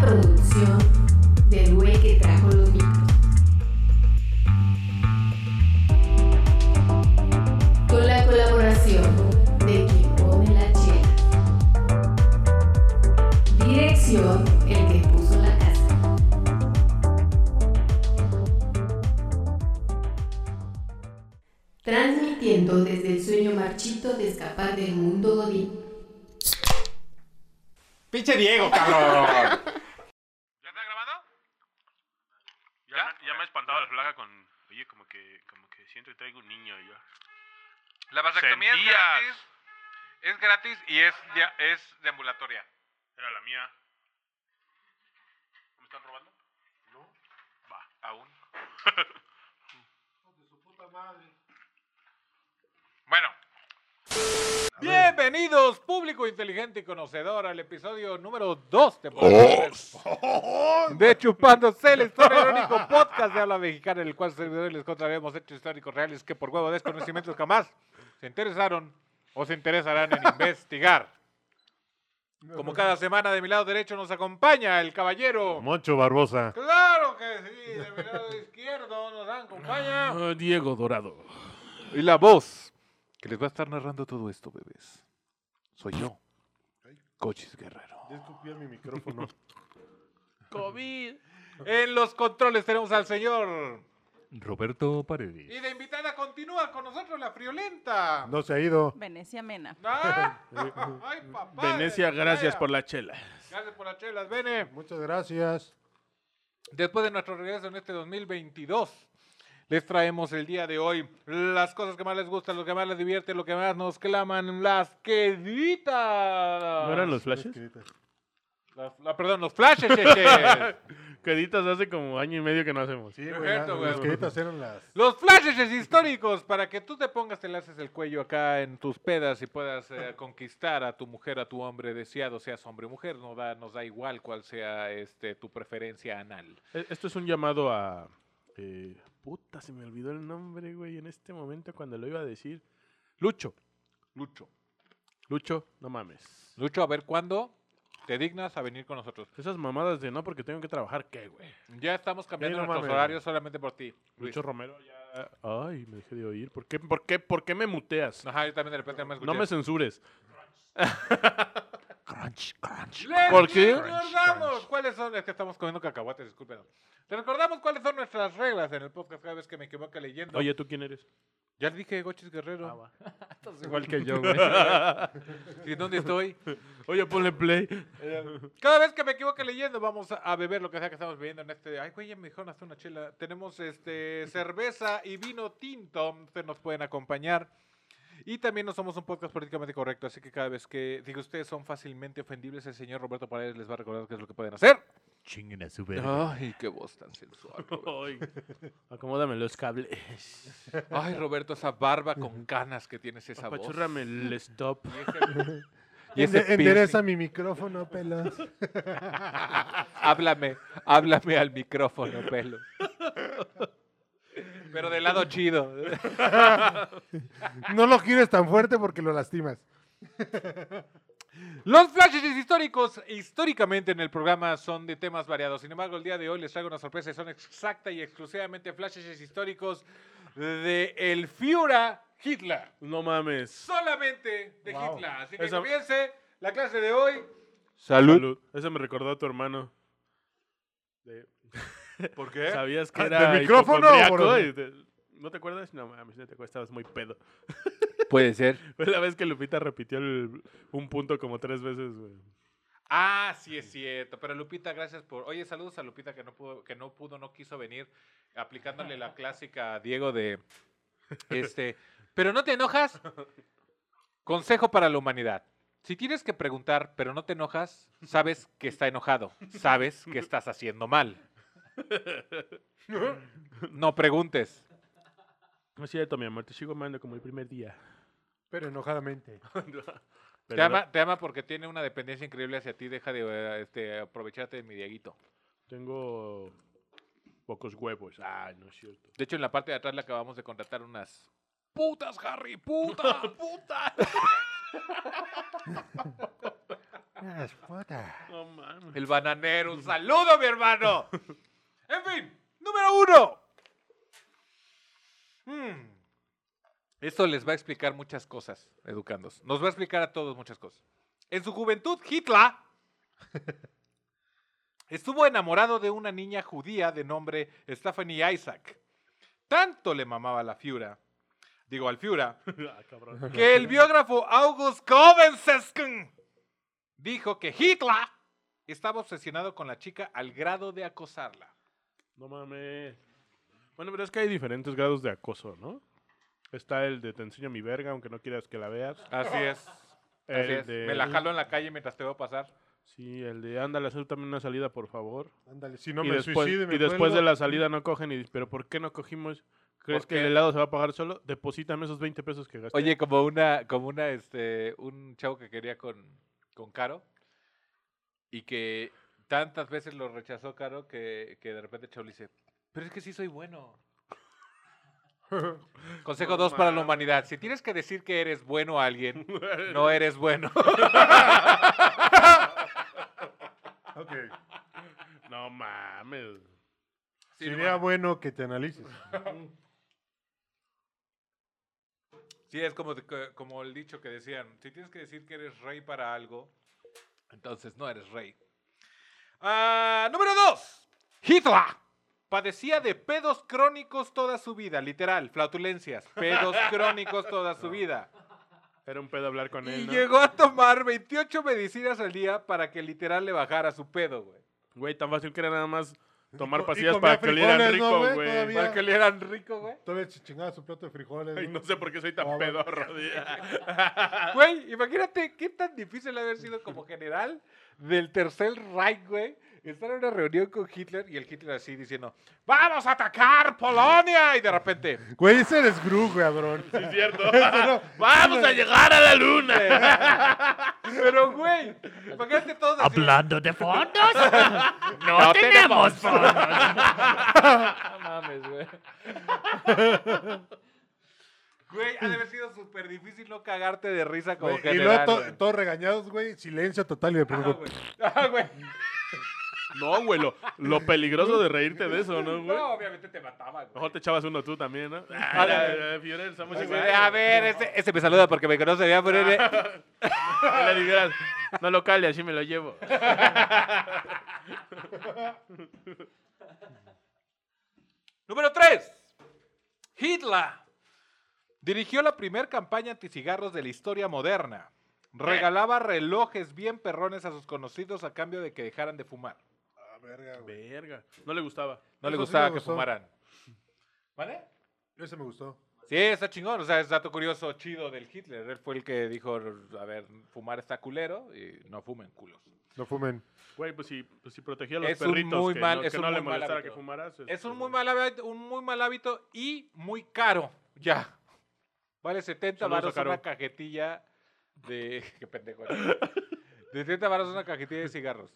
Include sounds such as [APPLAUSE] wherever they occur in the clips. canción del güey que trajo los micros. Con la colaboración de quien pone la chela. Dirección el que puso la casa. Transmitiendo desde el sueño marchito de escapar del mundo godín. Pinche Diego, cabrón. ¿Ya está grabando? Ya, ya, me ha espantado la plaga con. Oye, como que, como que siento que traigo un niño y yo. La vasectomía es Sentías. gratis. Es gratis y es, dia- es de ambulatoria. Era la mía. ¿Me están robando? No. Va. Aún. Bienvenidos, público inteligente y conocedor, al episodio número 2 temporada tres de Chupándose el Historia, el único podcast de habla mexicana en el cual servidores les contaremos hechos históricos reales que por huevo de desconocimientos jamás se interesaron o se interesarán en investigar. Como cada semana, de mi lado derecho nos acompaña el caballero. Moncho Barbosa. Claro que sí, de mi lado izquierdo nos acompaña. Diego Dorado. Y la voz que les va a estar narrando todo esto, bebés. Soy yo, Cochis Guerrero. Ya escupí a mi micrófono. COVID. [LAUGHS] En los controles tenemos al señor. Roberto Y Paredes. de invitada continúa con nosotros la friolenta. No se ha ido. Venecia Mena. Ah, [LAUGHS] ay, papá de Venecia, gracias Celaya. por la chela. Gracias por las chelas, Bene. Muchas gracias. Después de nuestro regreso en este 2022, les traemos el día de hoy las cosas que más les gustan, lo que más les divierte, lo que más nos claman, las queditas. ¿No eran los flashes? Las- la- perdón, los [LAUGHS] flashes. cheches. Queditas hace como año y medio que no hacemos. Sí, güey. Perfecto, la- güey. Las queritas eran las. Los flashes históricos para que tú te pongas, te le haces el cuello acá en tus pedas y puedas eh, conquistar a tu mujer, a tu hombre deseado, seas hombre o mujer, no da, nos da igual cuál sea este, tu preferencia anal. E- Esto es un llamado a... eh, puta, se me olvidó el nombre, güey, en este momento cuando lo iba a decir. Lucho. Lucho. Lucho, no mames. Lucho, a ver cuándo te dignas a venir con nosotros. Esas mamadas de no porque tengo que trabajar, ¿qué, güey? Ya estamos cambiando Ey, no nuestros mames. horarios solamente por ti. Luis. Lucho Romero ya... Ay, me dejé de oír. ¿Por qué, por qué, por qué me muteas? Ajá, yo también de repente me escuché. No me censures. Les ¿Por qué? recordamos cuáles son. Es que estamos comiendo cacahuates, discúlpenos. Te recordamos cuáles son nuestras reglas en el podcast cada vez que me equivoca leyendo. Oye, ¿tú quién eres? Ya dije Gochis Guerrero. Ah, [LAUGHS] Igual que yo, güey. ¿Y dónde estoy? Oye, ponle play. Cada vez que me equivoque leyendo, vamos a- a beber lo que sea que estamos bebiendo en este. Ay, güey, ya me dijeron hasta una chela. Tenemos este cerveza y vino tinto. Ustedes nos pueden acompañar. Y también no somos un podcast políticamente correcto, así que cada vez que digo ustedes son fácilmente ofendibles, el señor Roberto Paredes les va a recordar qué es lo que pueden hacer. Chinguen a su verga. Ay, qué voz tan sensual. Roberto. Ay, Acomódame los cables. Ay, Roberto, esa barba con canas que tienes esa voz. Apachúrrame el stop. Y [LAUGHS] ese- y ese Ende- endereza piercing. mi micrófono, pelas. Háblame, háblame al micrófono, pelo. Pero del lado chido. No lo gires tan fuerte porque lo lastimas. Los flashes históricos históricamente en el programa son de temas variados. Sin embargo, el día de hoy les traigo una sorpresa y son exacta y exclusivamente flashes históricos de el Fiura Hitler. No mames. Solamente de Wow. Hitler. Así que Esa- comience la clase de hoy. Salud. Eso me recordó a tu hermano. ¿Por qué? ¿Sabías que Ah, era ¿del micrófono o por hipocondriaco? dónde? Y te- ¿No te acuerdas? No mames, no te acuerdas, estabas muy pedo. [LAUGHS] Puede ser. Fue la vez que Lupita repitió el- un punto como tres veces, güey. Ah, sí es cierto. Pero Lupita, gracias por. Oye, saludos a Lupita que no pudo, que no pudo, no quiso venir, aplicándole la clásica a Diego de. Este. Pero no te enojas. Consejo para la humanidad. Si tienes que preguntar, pero no te enojas, sabes que está enojado. Sabes que estás haciendo mal. No preguntes. No es cierto, mi amor, te sigo amando como el primer día. Pero enojadamente. Te Pero ama, te ama porque tiene una dependencia increíble hacia ti. Deja de eh, este, aprovecharte de mi Dieguito. Tengo pocos huevos. Ah, no es cierto. De hecho, en la parte de atrás le acabamos de contratar unas. ¡Putas, Harry! ¡Puta! ¡Puta! Ah, es puta. No mames. El bananero, un saludo, mi hermano. En fin, número uno. Mm. Esto les va a explicar muchas cosas, educandos. Nos va a explicar a todos muchas cosas. En su juventud, Hitler [LAUGHS] estuvo enamorado de una niña judía de nombre Stephanie Isaac. Tanto le mamaba la Fiura, digo al Fiura, [LAUGHS] Ah, cabrón. que el biógrafo August Covensesken dijo que Hitler estaba obsesionado con la chica al grado de acosarla. No mames. Bueno, pero es que hay diferentes grados de acoso, ¿no? Está el de te enseño mi verga, aunque no quieras que la veas. Así es. El así es. de- Me la jalo en la calle mientras te veo pasar. Sí, el de ándale, haz también una salida, por favor. Ándale, si no y me después, suicido, me y después cuelgo. de la salida no cogen y dices, pero ¿por qué no cogimos? ¿Crees ¿Por que el qué? helado se va a pagar solo? Deposítame esos 20 pesos que gasté. Oye, como una, como una, este, un chavo que quería con, con Caro y que tantas veces lo rechazó Caro que, que de repente Chavo le dice, pero es que sí soy bueno. Consejo 2 para la humanidad. Si tienes que decir que eres bueno a alguien, no eres bueno. Ok. [LAUGHS] No mames. Sí, Sería bueno que te analices. Sí, es como, de que- como el dicho que decían, si tienes que decir que eres rey para algo, entonces no eres rey. Ah, número dos, Hitler. Padecía de pedos crónicos toda su vida, literal, flautulencias, [LAUGHS] pedos crónicos toda su vida. Era un pedo hablar con Y él, ¿no? llegó a tomar 28 medicinas al día para que literal le bajara su pedo, güey. Güey, tan fácil que era nada más tomar co- y pastillas comía para que olieran frijoles, ¿no, rico, güey? güey. Todavía. Para que le eran rico, güey. Todavía se chingaba su plato de frijoles. Ay, [LAUGHS] ¿no? no sé por qué soy tan Ah, bueno. pedorro. [LAUGHS] día. Güey, imagínate qué tan difícil haber sido como general del tercer Reich, güey. Estar en una reunión con Hitler y el Hitler así diciendo, vamos a atacar Polonia. Y de repente, Güey, ese eres Gru, cabrón. [LAUGHS] Sí, es [LAUGHS] cierto. [LAUGHS] vamos a llegar a la luna. Pero, güey, imagínate todos así. Hablando de fondos. No, tenemos fondos. No mames, güey. Güey, ha de haber sido súper difícil no cagarte de risa como Güey, y luego general. to- güey. todos regañados, güey. Silencio total y de Ah, pronto. güey. Ah, güey. [LAUGHS] No, güey, lo, lo peligroso de reírte de eso, [LAUGHS] ¿no, güey? No, obviamente te mataba, güey. Mejor te echabas uno tú también, ¿no? Ah, Ay, ay, ay, Fiorel, estamos Así de, iguales. Pues a ver, ese, ese me saluda porque me conoce, voy a ponerle... No le dijeras, No lo cale, así me lo [LAUGHS] llevo. Número 3. Hitler dirigió la primera campaña anticigarros de la historia moderna. Regalaba relojes bien perrones a sus conocidos a cambio de que dejaran de fumar. Ah, verga, güey. Verga. No le gustaba. No le Eso sí gustaba me que gustó. fumaran. ¿Vale? Ese me gustó. Sí, está chingón. O sea, es dato curioso, chido del Hitler. Él fue el que dijo, a ver, fumar está culero y no fumen culos. No fumen. Güey, pues si, pues si protegía a los Es un perritos muy que mal- no, es que un no le muy mal molestara que hábito. fumaras. Es este, un muy, güey. mal hábito, un muy mal hábito y muy caro. Ya. Vale 70 Saludos a varos Caro. una cajetilla de... [LAUGHS] Qué pendejo. eres. De 70 varos una cajetilla de cigarros.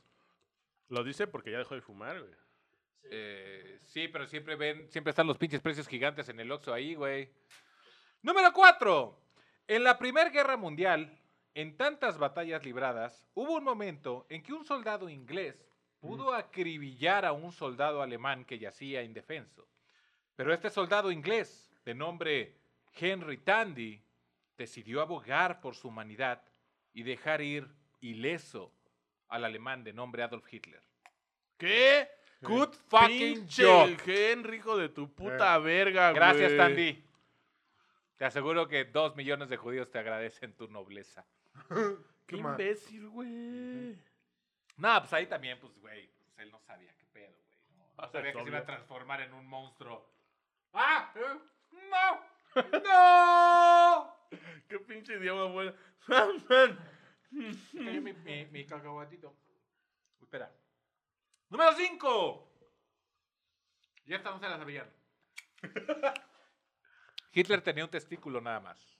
Lo dice porque ya dejó de fumar, güey. Eh, sí, pero siempre ven, siempre están los pinches precios gigantes en el Oxxo ahí, güey. Número 4. En la Primera Guerra Mundial, en tantas batallas libradas, hubo un momento en que un soldado inglés pudo acribillar a un soldado alemán que yacía indefenso. Pero este soldado inglés, de nombre Henry Tandy, decidió abogar por su humanidad y dejar ir ileso al alemán de nombre Adolf Hitler. ¿Qué? Good fucking Pinche joke. Eh. el Henry, hijo de tu puta verga, güey. Gracias, Tandy. Te aseguro que dos millones de judíos te agradecen tu nobleza. [LAUGHS] Qué Qué mal. imbécil, güey. No, pues ahí también, pues, güey, pues él no sabía qué pedo, güey. No, No Ah, sabía es que se iba a obvio. transformar en un monstruo. ¡Ah! ¿Eh? ¡No! ¡No! Qué pinche idioma, güey. [LAUGHS] Se cayó mi, mi, mi cacahuatito. Uy, espera. Número 5. Ya estamos en la sabían. [LAUGHS] Hitler tenía un testículo nada más.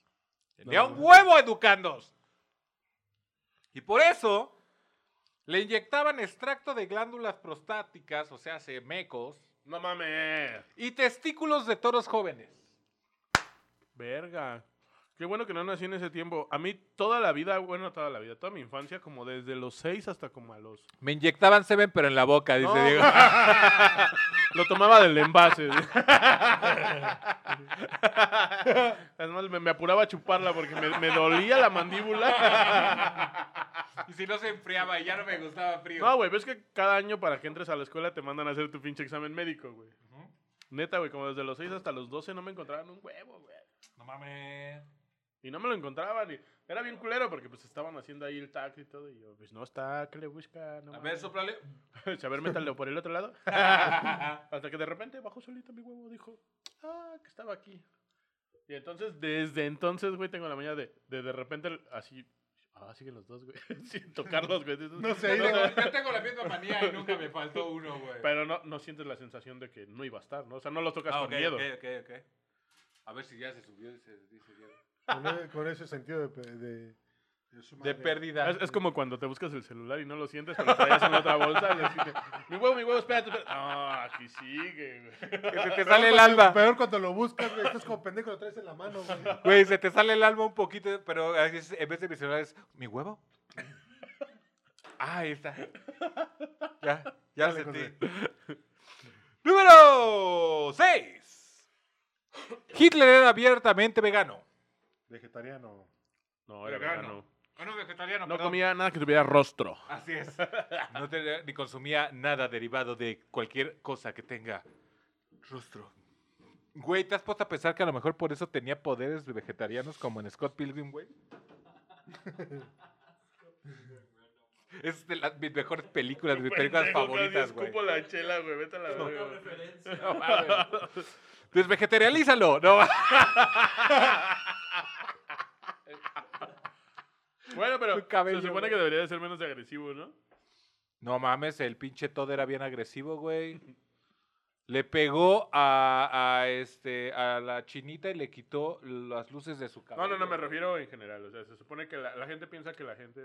Tenía un huevo educandos. Y por eso le inyectaban extracto de glándulas prostáticas, o sea, semecos, No mames. y testículos de toros jóvenes. Verga. Qué bueno que no nací en ese tiempo. A mí toda la vida, bueno, toda la vida, toda mi infancia, como desde los seis hasta como a los... Me inyectaban semen, pero en la boca, dice No, Diego. Lo tomaba del envase. Además, me, me apuraba a chuparla porque me, me dolía la mandíbula. [LAUGHS] Y si no se enfriaba y ya no me gustaba frío. No, güey, ves que cada año para que entres a la escuela te mandan a hacer tu pinche examen médico, güey. Neta, güey, como desde los 6 hasta los 12 no me encontraban un huevo, güey. No mames. Y no me lo encontraban. Y era bien culero porque pues estaban haciendo ahí el tac y todo. Y yo, pues no está, ¿qué le busca? No A ver, mames". [LAUGHS] soplale. a ver, métalo por el otro [LAUGHS] lado. Hasta que de repente bajó solito mi huevo, dijo, ah, que estaba aquí. Y entonces, desde entonces, güey, tengo la mañana de de, de repente así, ah, siguen los dos, güey, [LAUGHS] sin tocarlos, güey. No sé, ahí Yo tengo- yo tengo la misma manía y nunca me faltó uno, güey. Pero no, no sientes la sensación de que no iba a estar, ¿no? O sea, no los tocas Ah, con ok, miedo. ok, ok, ok. A ver si ya se subió y se dice ya. Con, e- con ese sentido de... pe- de, de su De madre. pérdida. Es, es como cuando te buscas el celular y no lo sientes, pero lo traías en otra bolsa y así que, mi huevo, mi huevo, espérate, espérate. No, aquí sigue, güey. Que se [LAUGHS] te Peor sale el cuando- alba. Peor cuando lo buscas, güey. Estás como pendejo, lo traes en la mano, güey. Güey, se te sale el alma un poquito, pero a veces, en vez de visionar es mi huevo. Ah, ahí está. Ya, ya lo Dale, sentí. Número 6. Hitler era abiertamente vegano. Vegetariano. No, era Vegano. vegano. Bueno, Ah, vegetariano, No comía nada que tuviera rostro. Así es. No tenía ni consumía nada derivado de cualquier cosa que tenga rostro. Güey, ¿te has puesto a pensar que a lo mejor por eso tenía poderes vegetarianos como en Scott Pilgrim, güey? [LAUGHS] es de las mis mejores películas, de mis películas Pendejo, casi favoritas, güey. escupo la chela, güey. Vete a la verga, güey. Desvegetarialízalo, no. Bueno, pero Su cabello, se supone güey. que debería de ser menos agresivo, ¿no? No mames, el pinche Todd era bien agresivo, güey. Le pegó a, a, este, a la chinita y le quitó las luces de su cabello. No, no, no, me refiero en general. O sea, se supone que la, la gente piensa que la [LAUGHS] gente...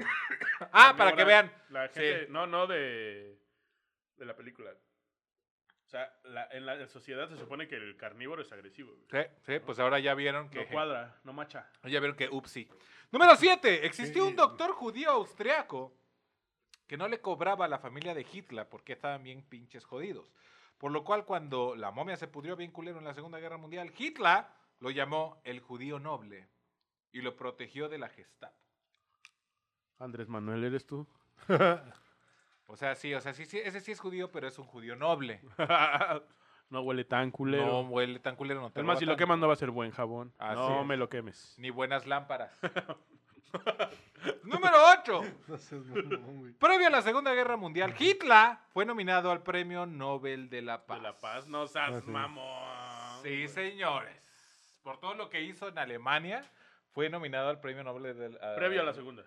Ah, para que vean. carnívora, La Sí. gente, No, no de, de la película. O sea, la- en la sociedad se supone que el carnívoro es agresivo. güey. Sí, sí, pues ahora ya vieron que... No cuadra, no macha. ya vieron que, upsi. Número 7. Existió un Sí. doctor judío austriaco que no le cobraba a la familia de Hitler porque estaban bien pinches jodidos. Por lo cual, cuando la momia se pudrió bien culero en la Segunda Guerra Mundial, Hitler lo llamó el judío noble y lo protegió de la Gestapo. Andrés Manuel, ¿eres [LAUGHS] tú? O sea, sí, o sea, sí, sí, ese sí es judío, pero es un judío noble. no huele tan No culero. huele tan culero, no te es más, roba si lo tanto. quemas no va a ser buen jabón. Así no es. me lo quemes. Ni [LAUGHS] buenas lámparas. Número 8. No seas mamón, güey. Previo a la Segunda Guerra Mundial, Hitler fue nominado al Premio Nobel de la Paz. De la paz, no seas Así. mamón. Sí, señores. Por todo lo que hizo en Alemania, fue nominado al Premio Nobel de la Previo a la segunda.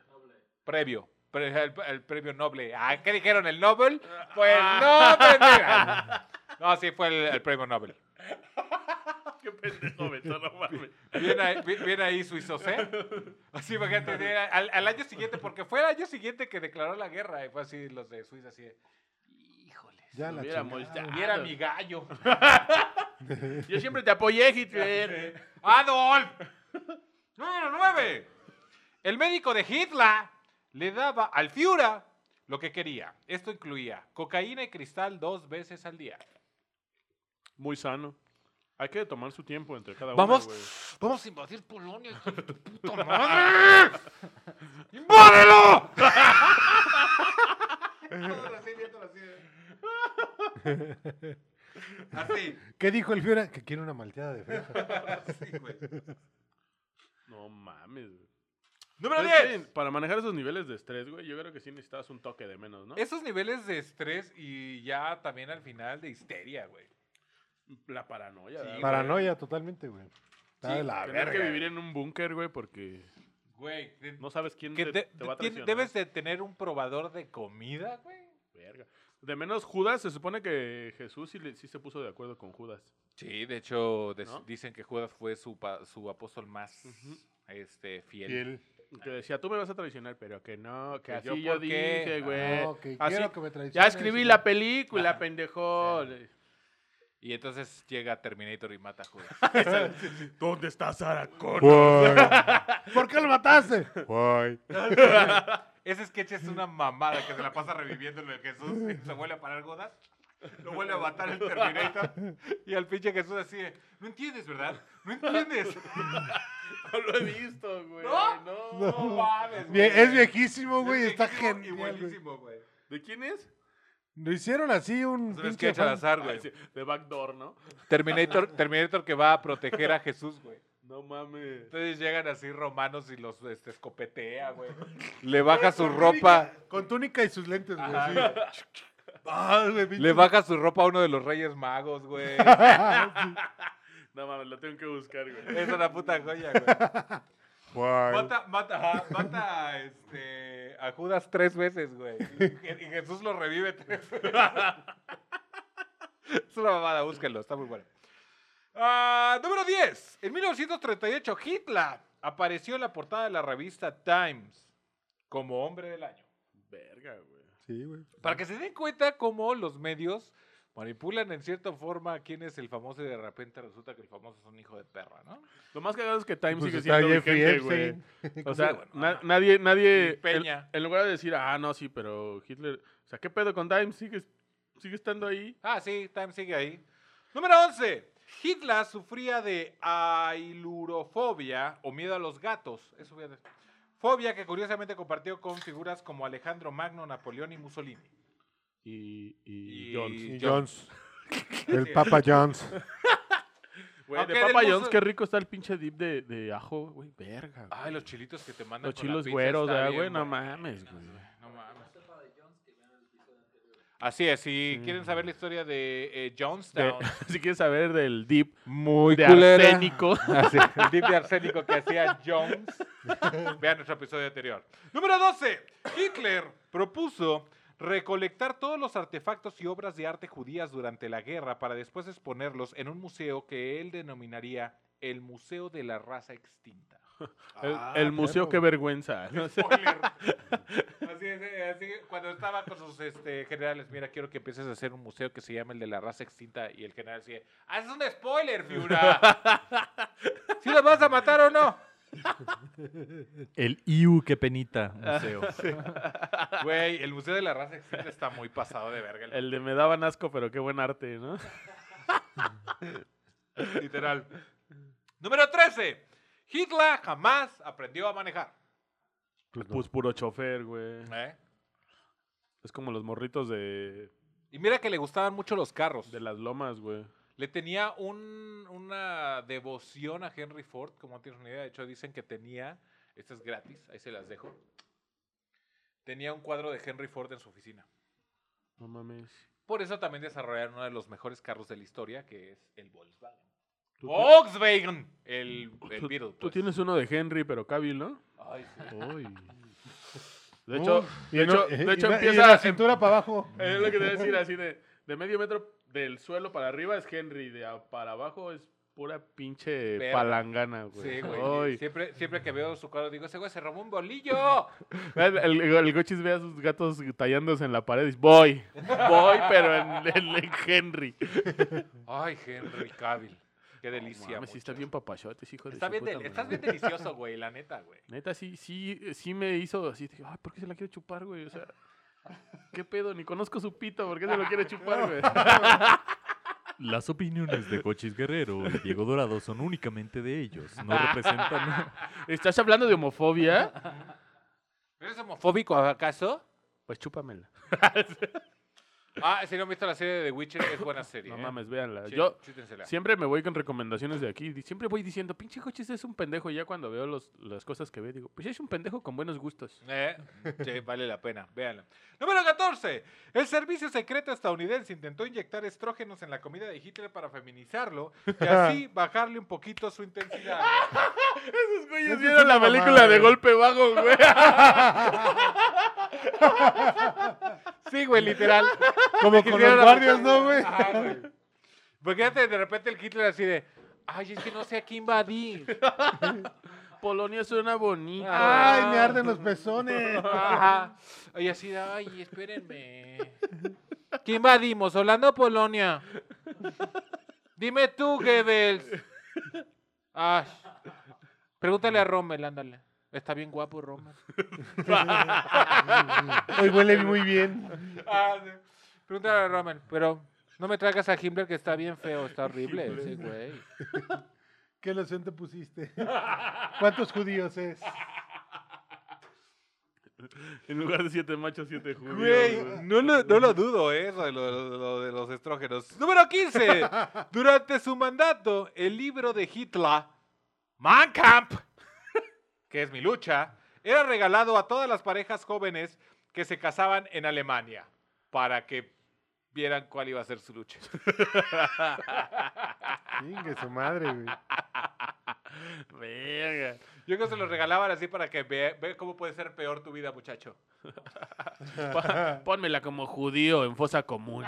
Previo. Pre- el, el premio Nobel. ¿A qué dijeron? [LAUGHS] ¿El Nobel? Pues no, mentira. No, sí, fue el- el premio Nobel. [LAUGHS] Qué pendejo, [LAUGHS] Beto, no mames. Bien ahí, bien, bien ahí suizo, ¿eh? Así, imagínate, de- al, al año siguiente, porque fue el año siguiente que declaró la guerra, y fue así los de Suiza, así de, híjoles. Ya la Hubiéramos chingada. ya. Y era mi [LAUGHS] gallo. Yo siempre te apoyé, Hitler. ¡Adolf! Número 9. El médico de Hitler le daba al Führer lo que quería. Esto incluía cocaína y cristal dos veces al día. Muy sano. Hay que tomar su tiempo entre cada Vamos, uno. güey. vamos a invadir Polonia, hijo de tu [LAUGHS] puta madre. ¡Invádelo! Así, ¿Qué dijo el Fiora? Que quiere una malteada de fresa. así, güey. No mames. güey. Número Es que 10. Para manejar esos niveles de estrés, güey, yo creo que sí necesitabas un toque de menos, ¿no? Esos niveles de estrés y ya también al final de histeria, güey. la paranoia. Sí, ¿verdad, güey? güey. Paranoia totalmente, güey. Está de la Tener que verga. vivir en un búnker, güey, porque Güey, de- no sabes quién que te, de- te va a tien- traicionar. debes de tener un probador de comida, güey. Verga. De menos Judas, se supone que Jesús sí, le- sí se puso de acuerdo con Judas. Sí, de hecho, des- ¿No? dicen que Judas fue su, pa- su apóstol más Ujú. este, fiel. Piel. Que decía, tú me vas a traicionar, pero que no, que Ah. Que yo así yo, por qué. Ah, dije, güey. No, que Así- quiero que me traiciones. Ya escribí la película, pendejo. Y entonces llega Terminator y mata a Judas. [LAUGHS] ¿Dónde está Sarah Connor? ¿Por qué lo mataste? Ese sketch es una mamada que se la pasa reviviendo lo de Jesús. y Se vuelve a parar Godas. Lo vuelve a matar el Terminator. Y al pinche Jesús así de, no entiendes, ¿verdad? No [LAUGHS] entiendes. No lo he visto, güey. ¿No? No. mames, Vie- Es viejísimo, Es güey. Está viejísimo genial. Y güey. buenísimo, güey. ¿De quién es? Lo hicieron así un. Es un pinche sketch al fan- azar, Ah, güey. sí, De Backdoor, ¿no? [LAUGHS] Terminator, Terminator que va a proteger a Jesús, güey. No mames. Entonces llegan así romanos y los este, escopetea, güey. Le baja su ropa, Con túnica y sus lentes, güey. [LAUGHS] así. Ah, güey, pinche- le baja su ropa a uno de los Reyes Magos, [LAUGHS] güey. No mames, lo tengo que buscar, güey. Es una puta joya, güey. Mata, mata, ajá, mata este, a Judas tres veces, güey. Y Je- y Jesús lo revive tres veces. Es una mamada, búsquenlo, está muy bueno. Ah, número 10. En 1938, Hitler apareció en la portada de la revista Times como hombre del año. Verga, güey. Sí, güey. Para que se den cuenta cómo los medios manipulan en cierta forma quién es el famoso y de repente resulta que el famoso es un hijo de perra, ¿no? Lo más cagado es que Time Pues sigue está siendo Jeffrey vigente, güey. Epstein. O sea, bueno, na- ajá. nadie, nadie. Y Peña. En, en lugar de decir, ah, no, sí, pero Hitler. O sea, ¿qué pedo con Dime? Sigue, sigue estando ahí. Ah, sí, Time sigue ahí. Número 11. Hitler sufría de ailurofobia o miedo a los gatos. Eso voy a decir. Fobia que curiosamente compartió con figuras como Alejandro Magno, Napoleón y Mussolini. Y. Y. Y- Jones. Jones. El Papa Jones. Güey, de Aunque del Papa muso- Jones, qué rico está el pinche dip de, de ajo, güey. Verga. güey. Ay, los chilitos que te mandan. Los con la chilos pizza güeros, está ah, bien güey. No bueno. mames, güey. No mames. Así es, si quieren saber la historia de eh, De- [LAUGHS] Jonestown, si quieres saber del dip muy de arsénico. Así, el dip de arsénico que hacía Jones. Vean nuestro episodio anterior. Número 12. Hitler propuso recolectar todos los artefactos y obras de arte judías durante la guerra para después exponerlos en un museo que él denominaría el Museo de la Raza Extinta. El, Ah, el museo, perro, qué güey. vergüenza. [LAUGHS] ¿no? Spoiler. Así es, eh, así que cuando estaba con sus este, generales, mira, quiero que empieces a hacer un museo que se llame el de la raza extinta. Y el general decía, haces un spoiler, [LAUGHS] Fiura. ¿Sí los vas a matar o no? El IU, qué penita. Ah, Museo. Güey, el museo de la raza extinta está muy pasado de verga. El de me daban asco, pero qué buen arte, Pues ¿no? Literal. Número 13. Hitler jamás aprendió a manejar. Pues, puro chofer, güey. ¿eh? Es como los morritos de, Y mira que le gustaban mucho los carros. de las lomas, güey. Le tenía un- una devoción a Henry Ford, como no tienes una idea. De hecho, dicen que tenía, esta es gratis, ahí se las dejo. Tenía un cuadro de Henry Ford en su oficina. No mames. Por eso también desarrollaron uno de los mejores carros de la historia, que es el Volkswagen. Tú- Volkswagen, el, el tú- Beetle. Tú pues. tienes uno de Henry, pero Cabil, ¿no? Ay, sí. De hecho, Uf, y de en- hecho, y- de hecho y- y empieza. la cintura [LAUGHS] para abajo. Es lo que te voy a decir, así de, de medio metro del suelo para arriba es Henry, de a- para abajo es pura pinche Verga. palangana, güey. Sí, güey. Ay. Siempre, siempre que veo su cuadro digo, ese güey se robó un bolillo. El, el, el Gochis ve a sus gatos tallándose en la pared y dice, voy, voy, pero en, en- en Henry. Ay, Henry Cavill. Qué No delicia. mames, sí está muchacho. bien papachotes, hijo de Está su bien puta del- estás madre. bien delicioso, güey, la neta, güey. Neta, sí, sí, sí me hizo así. Dije, ay, ¿por qué se la quiere chupar, güey? O sea, ¿qué pedo? Ni conozco su pito, ¿por qué se lo quiere chupar, güey? [LAUGHS] Las opiniones de Cochis Guerrero y Diego Dorado son únicamente de ellos. No [LAUGHS] representan. ¿Estás hablando de homofobia? ¿Eres homofóbico acaso? Pues chúpamela. Ah, si no han visto la serie de The Witcher, es buena serie. No ¿eh? mames, véanla. Chut- Yo chútensela. siempre me voy con recomendaciones de aquí. di- Siempre voy diciendo, pinche Cochis es un pendejo. Y ya cuando veo los, las cosas que ve, digo, pues es un pendejo con buenos gustos. Eh, sí, vale la pena, véanla. Número 14. El servicio secreto estadounidense intentó inyectar estrógenos en la comida de Hitler para feminizarlo y [LAUGHS] así bajarle un poquito su intensidad. Esos güeyes Eso vieron es una la película mamada, de güey. golpe bajo, güey. Sí, güey, literal. [LAUGHS] Como con los Quisiera- guardias, ¿no, güey? Ajá, Ah, güey. Porque ya te- de repente el Hitler así de, ay, es que no sé a qué invadí. [LAUGHS] Polonia suena bonito. Ay, me arden los pezones. Ajá. Y así de, ay, espérenme. ¿Qué invadimos? ¿Holanda o Polonia? Dime tú, Goebbels. Ay. Pregúntale a Rommel, ándale. Está bien guapo Rommel. [LAUGHS] Ah, Hoy huele muy bien. Pregúntale a Rommel, pero no me traigas a Himmler que está bien feo, está horrible ese güey. ¿Qué loción te pusiste? ¿Cuántos judíos es? En lugar de siete machos, siete judíos. Güey, [LAUGHS] no lo, no lo dudo, ¿eh? Eso de lo, lo- lo de los estrógenos. Número 15. Durante su mandato, el libro de Hitler, Mein Kampf, que es mi lucha, era regalado a todas las parejas jóvenes que se casaban en Alemania para que vieran cuál iba a ser su lucha. Chingue su madre, güey. Verga. Yo creo que se lo regalaban así para que vea, ve cómo puede ser peor tu vida, muchacho. Pa- Pónmela como judío en fosa común.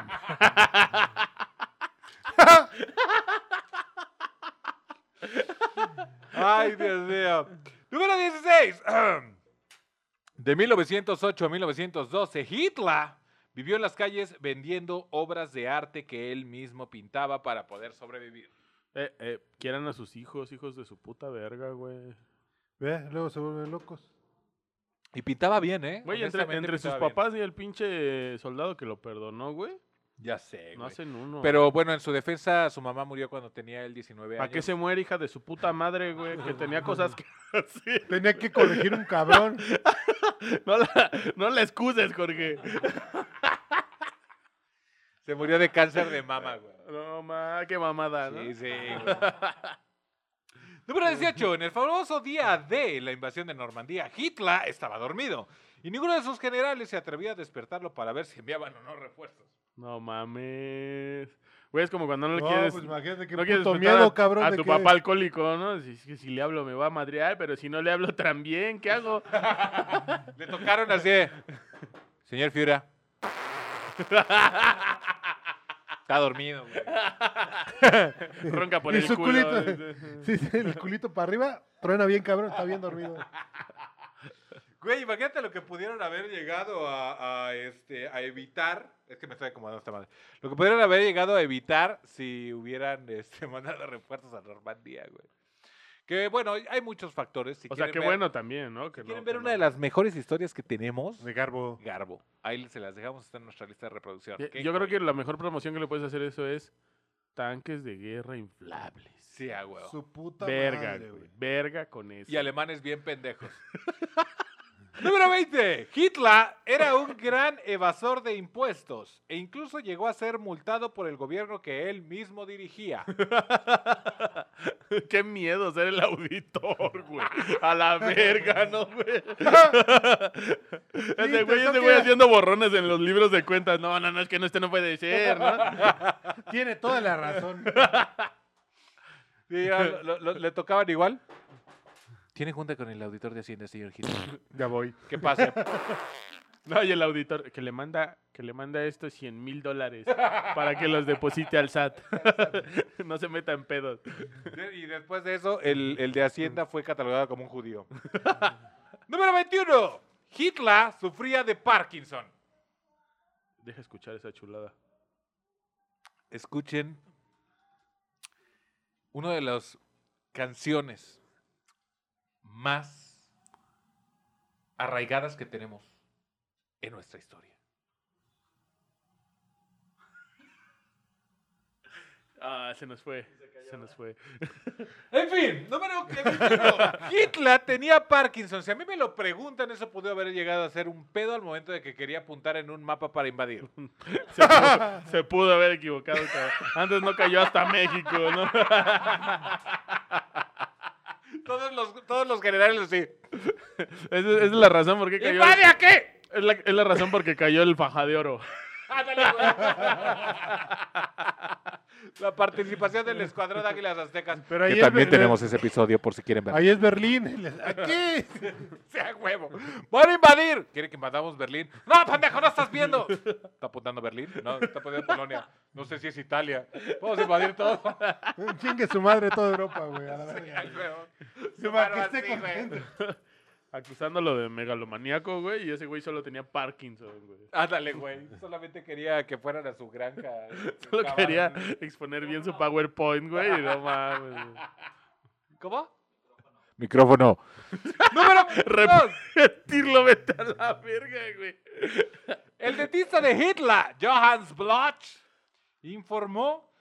Ay, Dios mío. Número 16. [CLEARS THROAT] De 1908 a 1912, Hitler vivió en las calles vendiendo obras de arte que él mismo pintaba para poder sobrevivir. Eh, eh, quieran a sus hijos, hijos de su puta verga, güey. Ve, Luego se vuelven locos. Y pintaba bien, ¿eh? Güey, entre, Honestamente, entre sus pintaba bien. papás y el pinche soldado que lo perdonó, güey. Ya sé, No güey. hacen uno. Pero bueno, en su defensa, su mamá murió cuando tenía él 19 ¿Para años. qué se muere, hija de su puta madre, güey? Que tenía cosas [LAUGHS] que hacer. Tenía que corregir un cabrón. No la, no la excuses, Jorge. Se murió de cáncer de mama, güey. No, ma, qué mamada, ¿no? Sí, sí. güey. [LAUGHS] Número 18. En el famoso día de la invasión de Normandía, Hitler estaba dormido y ninguno de sus generales se atrevía a despertarlo para ver si enviaban o no refuerzos. No mames. Güey, es como cuando no le [LAUGHS] No, quieres... pues imagínate qué no quieres puto despertar miedo, a, cabrón. a de tu que- papá alcohólico, ¿no? Si, si, si le hablo me va a madrear, pero si no le hablo [LAUGHS] también, ¿qué hago? Le tocaron así. de, [LAUGHS] Señor Fiura. [LAUGHS] Está dormido, güey. Ronca por Y el su culo. "Eh". culito. [LAUGHS] Sí, sí, el culito para arriba, truena bien, cabrón. Está bien dormido. Güey, imagínate lo que pudieron haber llegado a, a, este, a evitar. Es que me estoy acomodando esta madre. Lo que pudieron haber llegado a evitar si hubieran [LAUGHS] este, mandado refuerzos a Normandía, güey. Que bueno, hay muchos factores. Si O sea, quieren qué ver- bueno también, ¿no? Que si quieren no- ver que una no. de las mejores historias que tenemos, De Garbo. Garbo. Ahí se las dejamos, está en nuestra lista de reproducción. Yo- Qué Yo creo joya. que la mejor promoción que le puedes hacer eso es tanques de guerra inflables. Sí, a huevo. Su puta Verga, madre, güey. Verga con eso. Y alemanes bien pendejos. [LAUGHS] Número 20. Hitler era un gran evasor de impuestos e incluso llegó a ser multado por el gobierno que él mismo [LAUGHS] dirigía. Qué miedo ser el auditor, güey. [LAUGHS] A la [LAUGHS] verga, ¿no, güey? [LAUGHS] ese güey, ese Intentó güey que- haciendo borrones en los libros de cuentas. No, no, no, es que no, este no puede ser, ¿no? Tiene toda la razón. Sí, ya, lo- lo- ¿Le tocaban igual? Tiene junta con el auditor de Hacienda, señor Hitler. Ya voy. ¿Qué pasa? No, y el auditor que le manda, que le manda estos 100 mil dólares para que los deposite al SAT. [LAUGHS] no se meta en pedos. Y después de eso, el, el de Hacienda fue catalogado como un [LAUGHS] judío. Número 21. Hitler sufría de Parkinson. Deja escuchar esa chulada. escuchen una de las canciones más arraigadas que tenemos en nuestra historia. Ah, se nos fue. Se nos fue. En fin, número 21. [LAUGHS] Hitler tenía Parkinson. Si a mí me lo preguntan, eso pudo haber llegado a ser un pedo al momento de que quería apuntar en un mapa para invadir. Se pudo, se pudo haber equivocado. cabrón. Antes no cayó hasta México, ¿no? Todos los, todos los generales así. Esa es, esa es la razón por qué cayó. ¿Invade a qué? Es la, es la razón por qué cayó el faja de oro. Ándale, güey. [LAUGHS] La participación del Escuadrón de Águilas Aztecas. Pero ahí es Berlín. ese episodio por si quieren verlo. Ahí es Berlín. Aquí. [LAUGHS] sea huevo. ¡Van a invadir! ¿Quiere que invadamos Berlín? ¡No, pendejo, no estás viendo! ¿Está apuntando Berlín? No, está apuntando Polonia. No sé si es Italia. Vamos a invadir [LAUGHS] todo. Chingue su madre toda Europa, güey. a la verga. Ay, huevo. Sí, Su para barba que esté así, güey. contento. acusándolo de megalomaníaco, güey, y ese güey solo tenía Parkinson, güey. Ándale, güey. Solamente quería que fueran a su granja. Solo Cavaran. quería exponer bien su PowerPoint, güey, y no mames. güey. ¿Cómo? Micrófono. Número Pues, dos. Repetirlo, vete a la verga, güey. El dentista de Hitler, Johannes Bloch, informó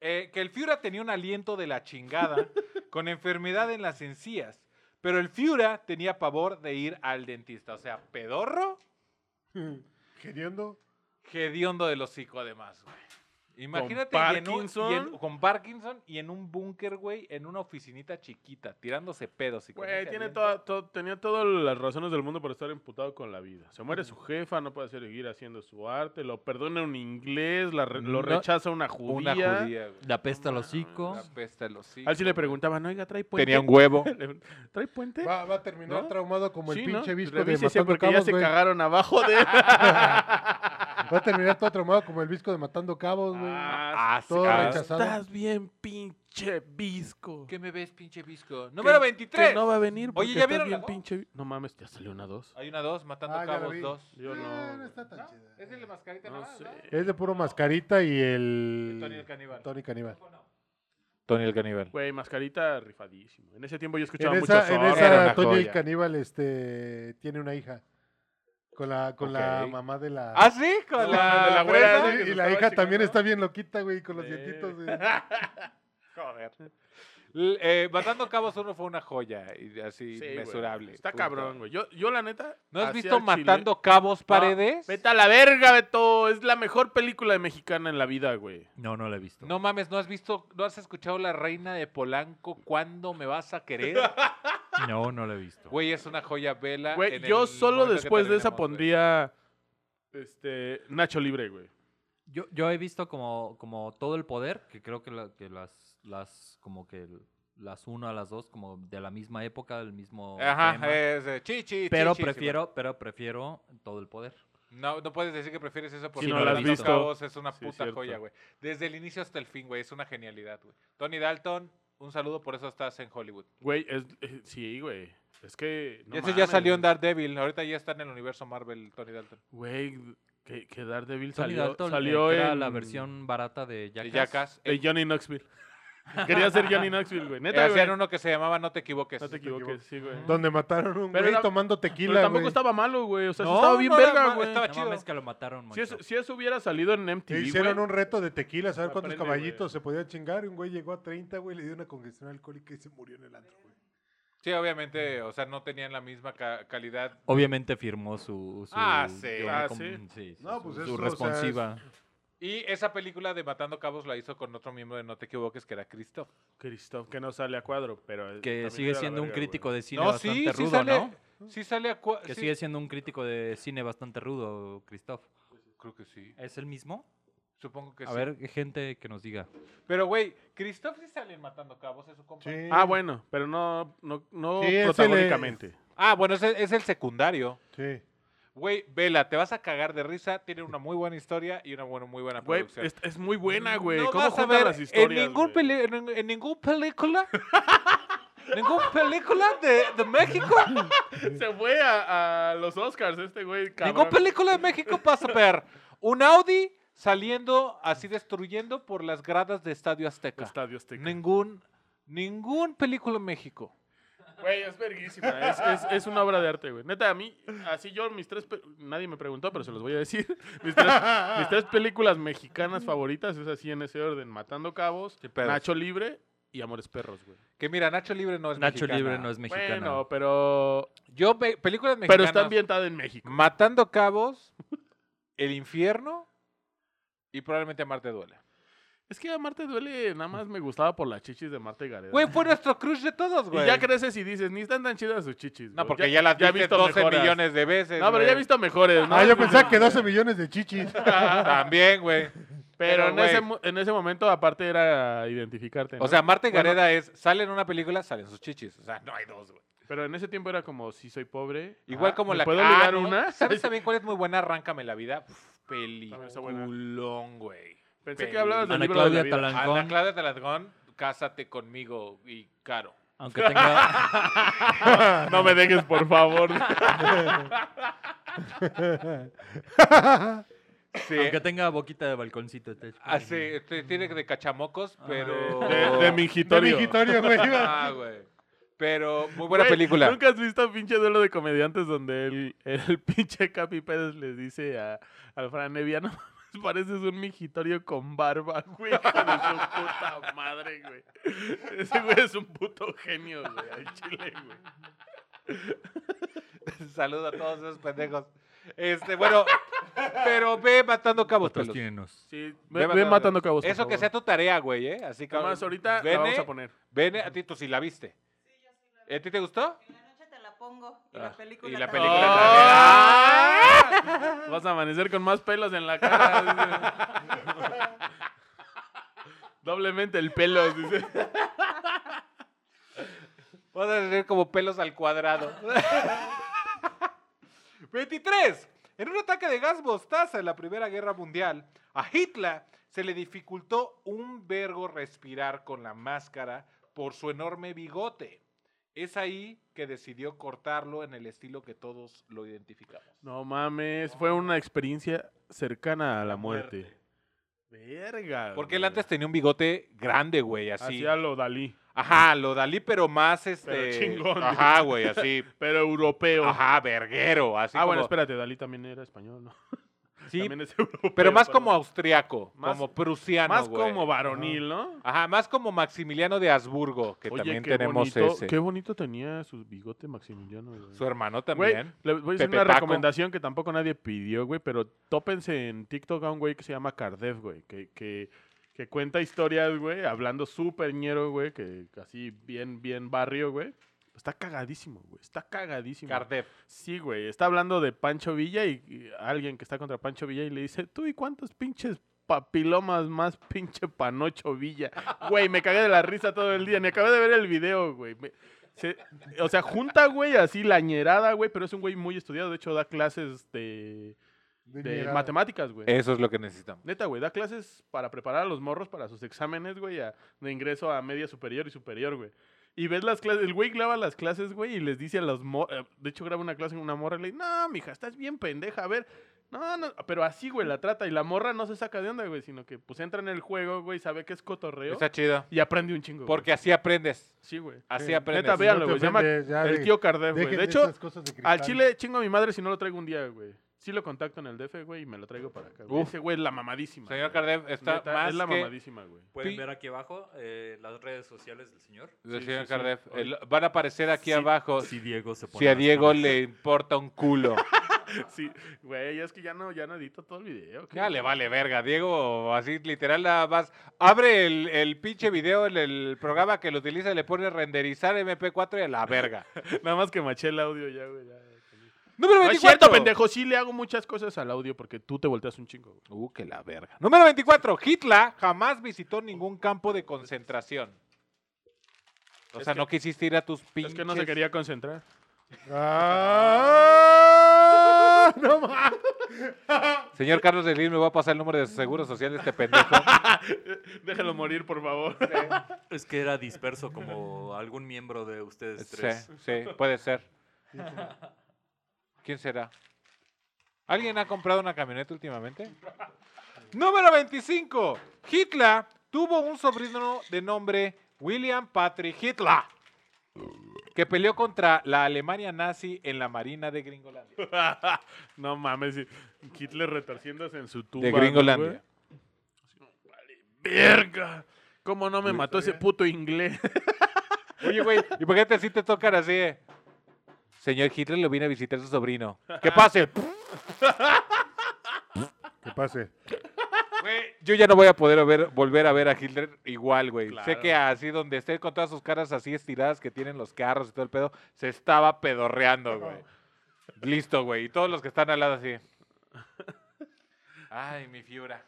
eh, que el Führer tenía un aliento de la [LAUGHS] chingada con enfermedad en las encías, pero el Führer tenía pavor de ir al dentista. O sea, pedorro, Geniendo. hediondo del hocico además, güey. Imagínate y en un- y en- Parkinson. con Parkinson y en un búnker, güey, en una oficinita chiquita, tirándose pedos y con Güey, ese tiene aliento. toda- todo- tenía todas las razones del mundo para estar imputado con la vida. Se muere su jefa, no puede seguir haciendo su arte, lo perdona un inglés, la re- No. lo rechaza una judía. una judía, güey. La pesta los hocico. Una pesta el hocico. Al sí le preguntaban, oiga, ¿trae puente? Tenía [LAUGHS] un huevo. ¿Trae puente? Va, va a terminar ¿No? traumado como Sí, el pinche ¿no? visco de Revísese Matando porque ya Cabos, se güey. cagaron abajo de él. [LAUGHS] Va a terminar todo traumado como el visco de Matando Cabos, güey. Ah, sí, todo ah, rechazado. Estás bien pinche visco. ¿Qué me ves, pinche visco? Número que 23. Que no va a venir porque Oye, ¿ya estás vieron la bien dos? pinche... vi- No mames, ya salió una dos. Hay una dos, matando Ah, ya la cabos vi. dos. Yo Ah, no... no está tan chida. Es el de mascarita No nada más, sé. Es de puro mascarita y el. Tony el caníbal. Tony Caníbal. Tony el caníbal. Güey, mascarita rifadísimo. En ese tiempo yo escuchaba En mucho esa, en Zorro. Era esa una Tony el joya. Caníbal este, tiene una hija. Con la, con la Ok. mamá de la. ¿Ah, sí? Con Con la... de la güera, fresa, esa que Y se la estaba hija también chingando. está bien loquita, güey, con los Sí. dientitos, güey. [LAUGHS] Joder. L- eh, matando cabos uno fue una joya, y así Sí, güey. mesurable. Está punto. cabrón, güey. Yo, yo, la neta. ¿No has así visto al chile- Matando Cabos No, Paredes? vete a la verga, Beto. Es la mejor película de mexicana en la vida, güey. No, no la he visto. No mames, ¿no has visto, no has escuchado La Reina de Polanco? ¿Cuándo me vas a [LAUGHS] querer? No, no la he visto. Güey, es una joya vela. Güey, Ah, en yo el solo momento que después de esa terminemos, güey. pondría. Este. Nacho Libre, güey. Yo, yo he visto como, como todo el poder, que creo que, la- que las, las, como que el- las uno a las dos, como de la misma época, del mismo tema. Ajá, es eh, chi, chi, chi, pero chi, sí, prefiero, pero prefiero todo el poder. No, no puedes decir que prefieres eso porque Si no Matando la has visto. Cabos es una Sí, puta cierto. joya, güey. Desde el inicio hasta el fin, güey. Es una genialidad, güey. Tony Dalton, un saludo, por eso estás en Hollywood. Güey, es. eh, sí, güey. Es que. y no ese ya mames, salió en güey. Daredevil. Ahorita ya está en el universo Marvel, Tony Dalton. Güey, que, que Daredevil Tony salió, Dalton, eh, salió que era en- la versión barata de Y Jackass. Jackass. De Eh, Johnny Knoxville. [LAUGHS] Quería ser Johnny Knoxville, güey. Neta, eh, güey. hacían uno que se llamaba No te equivoques. No te equivoques, sí, güey. Donde mataron a un Pero güey era- tomando Pero tequila. tampoco güey. estaba malo, güey. O sea, sí No, estaba bien no era verga, ma- güey. estaba No chido. mames que lo mataron, Si eso, Moncho. si eso hubiera salido en MTV, E güey. hicieron un reto de tequila, saber cuántos Aprende, caballitos güey. se podía chingar. Y un güey llegó a 30, güey, le dio una congestión alcohólica y se murió en el antro, güey. Sí, obviamente, o sea, no tenían la misma ca- calidad. Obviamente firmó su. su- Ah, sí, una ah, com- sí. sí, No, su- pues su eso, o sea, es- responsiva. Y esa película de Matando Cabos la hizo con otro miembro de No te equivoques, que era Christoph. Christoph, que no sale a cuadro, pero... eh, Que también sigue era la siendo un verga, crítico güey. de cine No, bastante sí, sí rudo, sale. ¿no? Sí sale a cua- Que sí. sigue siendo un crítico de cine bastante rudo, Christoph. Creo que sí. ¿Es el mismo? Supongo que A sí. ver, gente que nos diga. Pero, güey, Christoph sí sale en Matando Cabos, es su compa. Sí. Ah, bueno, pero no, no, no Sí, ese le- protagónicamente. Ah, bueno, es el, es el secundario. Sí. Güey, vela, te vas a cagar de risa. Tiene una muy buena historia y una buena, muy buena Güey, producción. es, es muy buena, güey. No ¿Cómo vas a juntan ver las historias, en, ningún güey? peli- en, en ningún película. [LAUGHS] ningún película de, de México. Se fue a, a los Oscars este güey, ningún [LAUGHS] cabrón. película de México pasa a ver un Audi saliendo así destruyendo por las gradas de Estadio Azteca. Estadio Azteca. Ningún, ningún película en México. Güey, es verguísima. ¿eh? Es, es- es una obra de arte, güey. Neta, a mí, así yo, mis tres. pe- Nadie me preguntó, pero se los voy a decir. [LAUGHS] Mis tres, mis tres películas mexicanas favoritas es así en ese orden: Matando Cabos, Sí, perros. Nacho Libre y Amores Perros, güey. Que mira, Nacho Libre no es Nacho mexicana. Libre no es mexicano. Bueno, pero. Yo, ve- películas Pero mexicanas. está ambientada en México. Matando Cabos, El Infierno y probablemente Marte Duele. Es que a Marte duele, nada más me gustaba por las chichis de Marte Gareda. Güey, fue nuestro crush de todos, y güey. ya creces y dices, ni están tan chidas sus chichis. No, güey. porque ya, las he viste 12 mejoras. millones de veces. No, pero ya he güey. visto mejores, ¿no? Ah, yo pensaba que 12 millones [LAUGHS] de [LAUGHS] chichis. También, güey. Pero, Pero, en, ese, güey. mo- en ese momento, aparte, era identificarte. ¿no? O sea, Marte Bueno. Gareda es, sale en una película, salen sus chichis. O sea, no hay dos, güey. Pero en ese tiempo era como, si soy pobre. Igual ah, como ¿me la... ¿Puedo ah, ligar ¿no? una? [LAUGHS] ¿Sabes también cuál es muy buena? Arráncame la vida. Uf, está buena. peliculón, güey. [LAUGHS] Pensé Peli- que hablabas del Ana libro de la Claudia vida. Talancón. Ana Claudia Taladgón, cásate conmigo y caro. Aunque tenga, [LAUGHS] No me dejes, por favor. [LAUGHS] [LAUGHS] Sí. aunque tenga boquita de balconcito. te- Ah, sí, este, tiene de cachamocos, pero. De, de De Mingitorio. mingitorio, güey. Ah, güey. Pero muy buena Güey, película. ¿Nunca has visto pinche duelo de comediantes donde el, el [LAUGHS] pinche Capi Pérez le dice a, al Fran Evia, no mames, pareces un mijitorio con barba, güey, hijo de su puta madre, güey. Ese güey es un puto genio, güey, al chile, güey. Saludo a todos esos pendejos. Este, bueno, [LAUGHS] pero ve matando cabos pelos. Patrocínenos. Sí, Ve ve, ve matando cabos, por Eso que favor. sea tu tarea, güey, ¿eh? Así que. Nada más ahorita vene, la vamos a poner. vene a ti, tú si la viste. ¿A ti te gustó? En la noche te la pongo. Y Ah, la película. y la también. Oh. película ¡Ah! Vas a amanecer con más pelos en la cara. dice. Doblemente el pelo, dice. Vas a tener como pelos al cuadrado. [LAUGHS] 23. En un ataque de gas mostaza en la Primera Guerra Mundial, a Hitler se le dificultó un vergo respirar con la máscara por su enorme bigote. Es ahí que decidió cortarlo en el estilo que todos lo identificamos. No mames, fue una experiencia cercana a la muerte. Verga. Porque él güey. antes tenía un bigote grande, güey, así. Hacía lo Dalí, Ajá, lo Dalí, pero más este. Pero chingón. Ajá, güey, así. [LAUGHS] pero europeo. Ajá, verguero, así. ah, bueno, como- espérate, Dalí también era español, ¿no? Sí, También es europeo. Pero más perdón. como austriaco, Más- como prusiano, más güey. como varonil, ¿no? Ajá, más como Maximiliano de Habsburgo, que Oye, también qué tenemos bonito, ese. Qué bonito tenía su bigote Maximiliano. güey. Su hermano Güey, también. le voy a hacer Pepe una Paco. recomendación que tampoco nadie pidió, güey, pero tópense en TikTok a un güey que se llama Cardev, güey, que, que, que cuenta historias, güey, hablando súper ñero, güey, que así bien, bien barrio, güey. Está cagadísimo, güey, está cagadísimo. Cardev. Sí, güey, está hablando de Pancho Villa y, y alguien que está contra Pancho Villa y le dice, tú y cuántos pinches papilomas más [LAUGHS] pinche panocho Villa. Güey, me cagué de la risa todo el día, ni acabé de ver el video, güey. Me- se- o sea, junta, güey, así la ñerada, güey, pero es un güey muy estudiado, de hecho da clases de, De de mierda. matemáticas, güey. Eso es lo que necesitamos. Neta, güey, da clases para preparar a los morros para sus exámenes, güey, a- de ingreso a media superior y superior, güey. Y ves las clases, el güey graba las clases, güey, y les dice a los morros, de hecho graba una clase en una morra y le dice, no, mija, estás bien pendeja, a ver. No, no, pero así, güey, la trata. Y la morra no se saca de onda, güey, sino que pues entra en el juego, güey, sabe que es cotorreo Está chido. y aprende un chingo. güey. Porque así aprendes. Sí, güey. Así Sí. aprendes. Neta, véanlo, No te güey. Se llama ofendes, ya el de- tío Cardev, güey. Dejen De hecho, esas cosas de al cristal. chile chingo a mi madre si no lo traigo un día, güey. Sí lo contacto en el DF, güey, y me lo traigo para acá. güey. Uf. Ese güey es la mamadísima. Señor güey. Cardev, está Neta, más es la que... mamadísima, güey. Pueden Pi- ver aquí abajo eh, las redes sociales del señor. del Sí, señor sí, sí. Cardev. Oye. El- van a aparecer aquí Sí, abajo Si Diego se pone. si Oh, a las Diego pilas. le importa un [LAUGHS] culo. [LAUGHS] Sí, güey, es que ya no, ya no edito todo el video. ¿qué? ya le vale verga, Diego. Así literal nada más. Abre el, el pinche video en el programa que lo utiliza y le pone renderizar MP4 y a la verga. Nada más que maché el audio ya, güey. ya. Número 24. No es cierto, pendejo. Sí le hago muchas cosas al audio porque tú te volteas un chingo, güey. Uh, que la verga. Número 24. Hitler jamás visitó ningún campo de concentración. O Es sea, que- no quisiste ir a tus pinches. Es que no se quería concentrar. [LAUGHS] Ah, no mames. Señor Carlos Delín, me va a pasar el número de su seguro social de este pendejo. [LAUGHS] Déjalo morir, por favor. Es que era [LAUGHS] disperso como algún miembro de ustedes sí, tres. sí, puede ser. ¿Quién será? ¿Alguien ha comprado una camioneta últimamente? Número 25. Hitler tuvo un sobrino de nombre William Patrick Hitler, que peleó contra la Alemania nazi en la Marina de Gringolandia. [LAUGHS] no mames. sí. Hitler retorciéndose en su tumba. de ¿no, Gringolandia. güey? ¡Verga! ¿Cómo no me mató ese puto inglés? Oye, güey, ¿y por qué te así te tocan así? eh? Señor Hitler lo vino a visitar a su sobrino. ¿Qué pase? Que pase. Güey, Yo ya no voy a poder ver- volver a ver a Hitler igual, güey. Sé Claro. que así donde esté con todas sus caras así estiradas que tienen los carros y todo el pedo, se estaba pedorreando, güey. Listo, güey. Y todos los que están al lado así. Ay, mi fiura.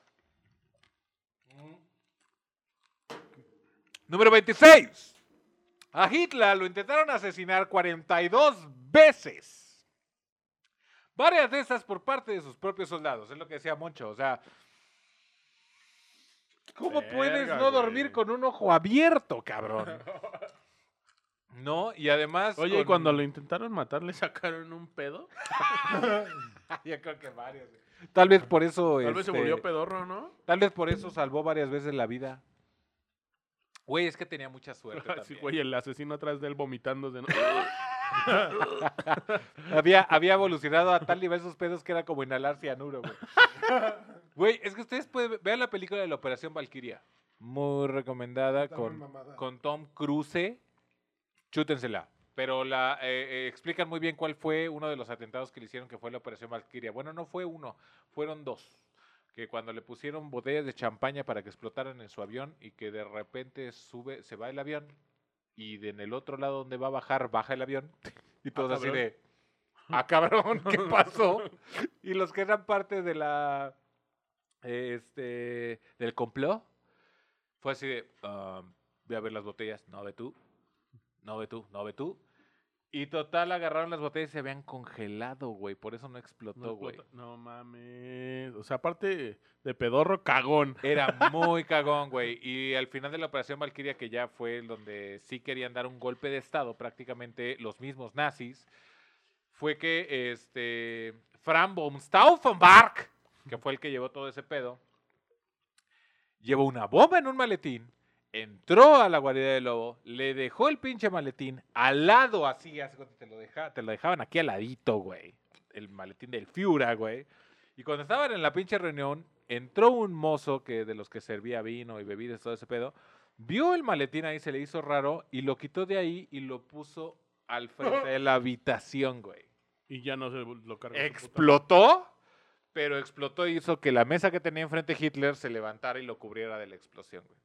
Número 26. A Hitler lo intentaron asesinar 42 veces. Varias de esas por parte de sus propios soldados. Es lo que decía Moncho. O sea, ¿cómo Verga, puedes no dormir güey. [LAUGHS] con un ojo abierto, cabrón? No, y además. Oye, y con- [LAUGHS] cuando lo intentaron matar, le sacaron un pedo. Yo creo que varios. Tal vez por eso. Tal vez se este, volvió pedorro, ¿no? Tal vez por eso salvó varias veces la vida. Güey, es que tenía mucha suerte. [LAUGHS] Ah, Sí, también. güey, el asesino atrás de él vomitándose. ¿no? Había, había evolucionado a tal nivel sus pedos que era como inhalar cianuro, güey. [LAUGHS] Güey, es que ustedes pueden ver la película de la Operación Valkyria. Muy recomendada Está muy con, mamada. con Tom Cruise. Chútensela. Pero la eh, eh, explican muy bien cuál fue uno de los atentados que le hicieron, que fue la Operación Valkyria. Bueno, no fue uno, fueron dos. Que cuando le pusieron botellas de champaña para que explotaran en su avión y que de repente sube, se va el avión y de en el otro lado donde va a bajar, baja el avión. Y todos así cabrón. de, [LAUGHS] ah, cabrón, ¿qué pasó? Y los que eran parte de la, eh, este, del complot, fue así de, "Ah, ve a ver las botellas, no ve tú, no ve tú, no ve tú. Y total, agarraron las botellas y se habían congelado, güey. Por eso no explotó, No, güey. explota- no mames. O sea, aparte de pedorro, cagón. [LAUGHS] Era muy cagón, güey. Y al final de la Operación Valkyria, que ya fue donde sí querían dar un golpe de Estado, prácticamente los mismos nazis, fue que este Fran von Stauffenberg, que fue el que llevó todo ese pedo, llevó una bomba en un maletín, entró a la guarida del lobo, le dejó el pinche maletín al lado, así, hace cuenta, te lo, deja, te lo dejaban aquí al ladito, güey. El maletín del Fiura, güey. Y cuando estaban en la pinche reunión, entró un mozo que de los que servía vino y bebidas, todo ese pedo, vio el maletín ahí, se le hizo raro y lo quitó de ahí y lo puso al frente [LAUGHS] de la habitación, güey. Y ya no se lo cargó. su puta Explotó, pero explotó y hizo que la mesa que tenía enfrente Hitler se levantara y lo cubriera de la explosión, güey.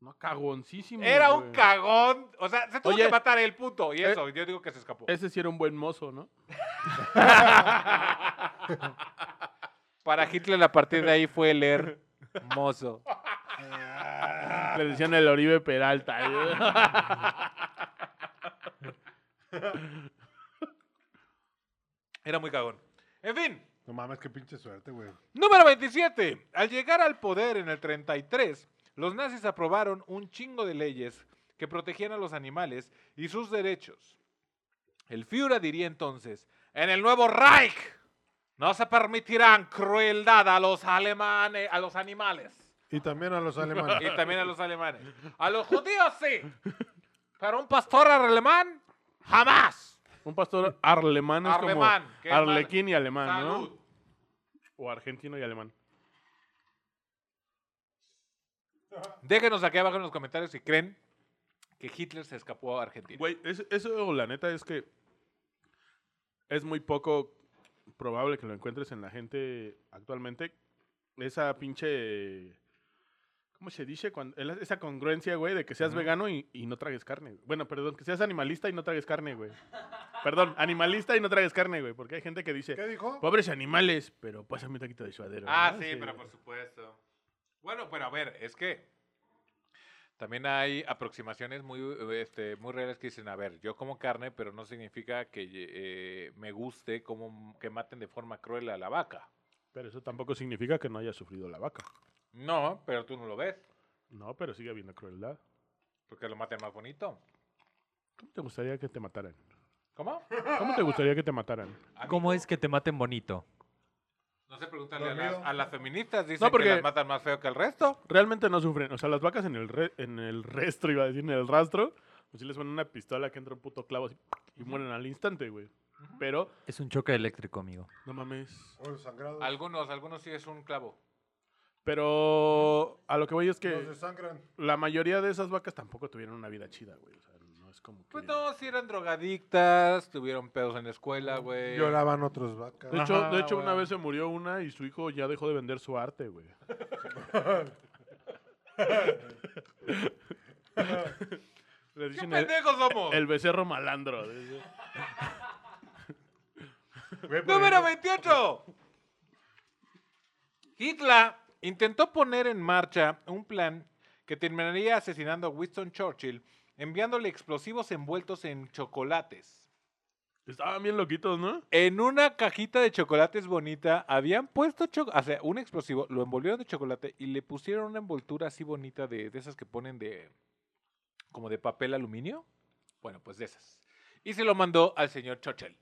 No, cagoncísimo. Era un güey. cagón. O sea, se tuvo Oye, que matar el puto. Y eh, eso, yo digo que se escapó. [LAUGHS] Ese sí era un buen mozo, ¿no? [LAUGHS] Para Hitler, a partir de ahí fue el er [LAUGHS] hermoso. Ah. Le decían el Oribe Peralta. [LAUGHS] Era muy cagón. En fin. No mames, qué pinche suerte, güey. Número 27. Al llegar al poder en el 33, los nazis aprobaron un chingo de leyes que protegían a los animales y sus derechos. El Führer diría entonces, en el nuevo Reich no se permitirán crueldad a los alemanes, a los [LAUGHS] animales Y también a [LAUGHS] los alemanes. y también a los alemanes. A los judíos sí, pero un pastor alemán jamás. un pastor arlemán es Arlemán, que como es arlequín y alemán, Salud. ¿no? O argentino y alemán. Déjenos aquí abajo en los comentarios si creen que Hitler se escapó a Argentina. Güey, es- eso la neta es que es muy poco probable que lo encuentres en la gente actualmente. Esa pinche... ¿Cómo se dice? Cuando, el- esa congruencia, güey, de que seas vegano y, y no tragues carne. güey. Bueno, perdón, que seas animalista y no tragues carne, güey. Perdón, animalista y no tragues carne, güey. Porque hay gente que dice, ¿Qué dijo? pobres animales, pero pásame un taquito de suadero. Ah, ¿no? sí, pero por supuesto. Bueno, pero a ver, es que también hay aproximaciones muy, eh, este, muy reales que dicen, a ver, yo como carne, pero no significa que eh, me guste como m- que maten de forma cruel a la vaca. Pero eso tampoco significa que no haya sufrido la vaca. No, pero tú no lo ves, No, pero sigue habiendo crueldad. porque lo maten más bonito. ¿Cómo te gustaría que te mataran? ¿Cómo? ¿Cómo te gustaría que te mataran? ¿Cómo es que te maten bonito? No sé, pregúntale a las, Dormido. a las feministas, dicen No, porque- que las matan más feo que el resto. Realmente no sufren. O sea, las vacas en el, re- en el [LAUGHS] rastro, iba a decir, en el rastro, pues sí les ponen una pistola que entra un puto clavo así y mueren al instante, güey. Pero, Es un choque eléctrico, amigo. no mames. O los sangrados. Algunos, algunos sí es un clavo. Pero a lo que voy es Los que desangran. la mayoría de esas vacas tampoco tuvieron una vida chida, güey. O sea, no es como que... Pues no, si eran drogadictas, tuvieron pedos en la escuela, güey. Lloraban otros vacas. De hecho, Ajá, de hecho güey. una vez se murió una y su hijo ya dejó de vender su arte, [LAUGHS] güey. [LAUGHS] Le ¿Qué dicen el, pendejos somos? el becerro malandro. Güey, por Número ejemplo, 28. Hitler intentó poner en marcha un plan que terminaría asesinando a Winston Churchill, enviándole explosivos envueltos en chocolates. Estaban bien loquitos, ¿no? En una cajita de chocolates bonita habían puesto cho- o sea, un explosivo, lo envolvieron de chocolate y le pusieron una envoltura así bonita de, de esas que ponen de como de papel aluminio. Bueno, pues de esas. Y se lo mandó al señor Chochel.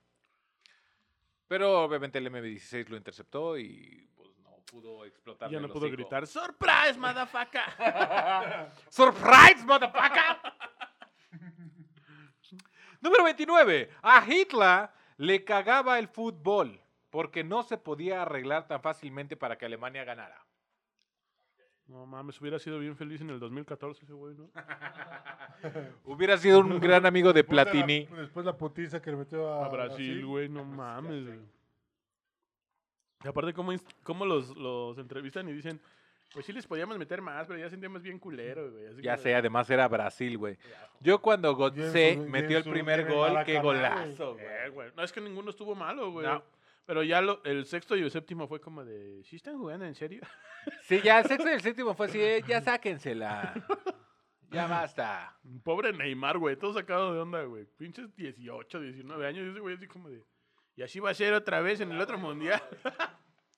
Pero obviamente el M16 lo interceptó y pues no pudo explotar. Ya no pudo gritar, ¡Surprise, motherfucker! [LAUGHS] [LAUGHS] ¡Surprise, motherfucker! Número 29. A Hitler le cagaba el fútbol porque no se podía arreglar tan fácilmente para que Alemania ganara. No mames, hubiera sido bien feliz en el 2014 ese güey, ¿no? Hubiera sido un gran amigo de Puta, la- Platini. después la putiza que le metió a, A Brasil, güey, no mames, güey. Y aparte, ¿cómo, inst- cómo los, los entrevistan y dicen, pues sí les podíamos meter más, pero ya sentíamos bien culero, güey. así Ya como- sé, además era Brasil, güey. Yo cuando Gotze James- metió el James primer tiene gol, mala qué cara, golazo, güey. Eh, güey, No, es que ninguno estuvo malo, güey. No. Pero ya lo- el sexto y el séptimo fue como de, ¿sí están jugando en serio? [LAUGHS] Sí, ya el sexto y el séptimo fue así, eh, ya [LAUGHS] sáquensela. Ya basta. Pobre Neymar, güey, todo sacado de onda, güey. Pinches 18, 19 años, y ese güey así como de, y así va a ser otra vez en el otro mundial.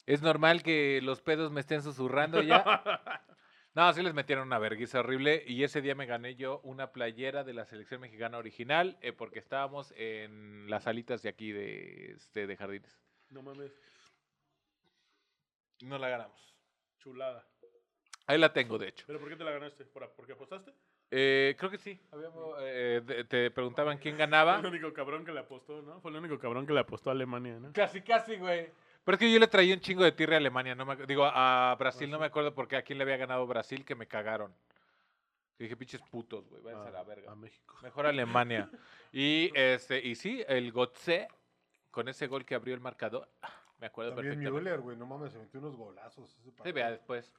¿Es normal que los pedos me estén susurrando [LAUGHS] ya? No, sí les metieron una vergüenza horrible y ese día me gané yo una playera de la selección mexicana original eh, porque estábamos en las salitas de aquí de, este, de Jardines. no mames, No la ganamos. chulada. Ahí la tengo, de hecho. ¿Pero por qué te la ganaste? ¿Por, ¿Por qué apostaste? Eh, creo que sí. habíamos, eh, de- te preguntaban quién ganaba. Fue el único cabrón que le apostó, ¿no? Fue el único cabrón que le apostó a Alemania, ¿no? Casi, casi, güey. Pero es que yo le traía un chingo de tirre a Alemania, no me, ac- digo, a Brasil, no me acuerdo porque a quién le había ganado Brasil, que me cagaron. Que dije, pinches putos, güey, váyanse a la verga. A México. Mejor Alemania. Y, este, y sí, el Gotze, con ese gol que abrió el marcador, me acuerdo También perfectamente. Müller, güey, no mames, se metió unos golazos. ese Se partido. vea después.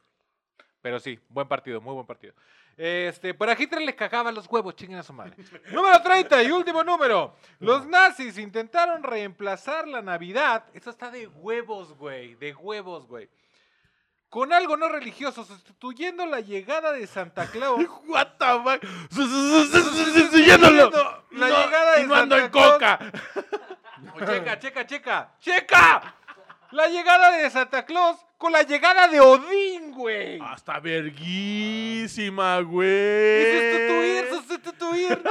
Pero sí, buen partido, muy buen partido. Este, por aquí tres le cagaba los huevos, chinguen a su [LAUGHS] madre. número 30 y último número. Los nazis intentaron reemplazar la Navidad. Esto está de huevos, güey. De huevos, güey. Con algo no religioso, sustituyendo la llegada de Santa Claus. [LAUGHS] What the fuck? Siguiéndolo. La llegada de y no ando Santa en Claus. coca. Oh, checa, checa, checa. ¡Ah! ¡Checa! La llegada de Santa Claus con la llegada de Odín, güey. Hasta verguísima, Y güey. sustituir, [LAUGHS] sustituir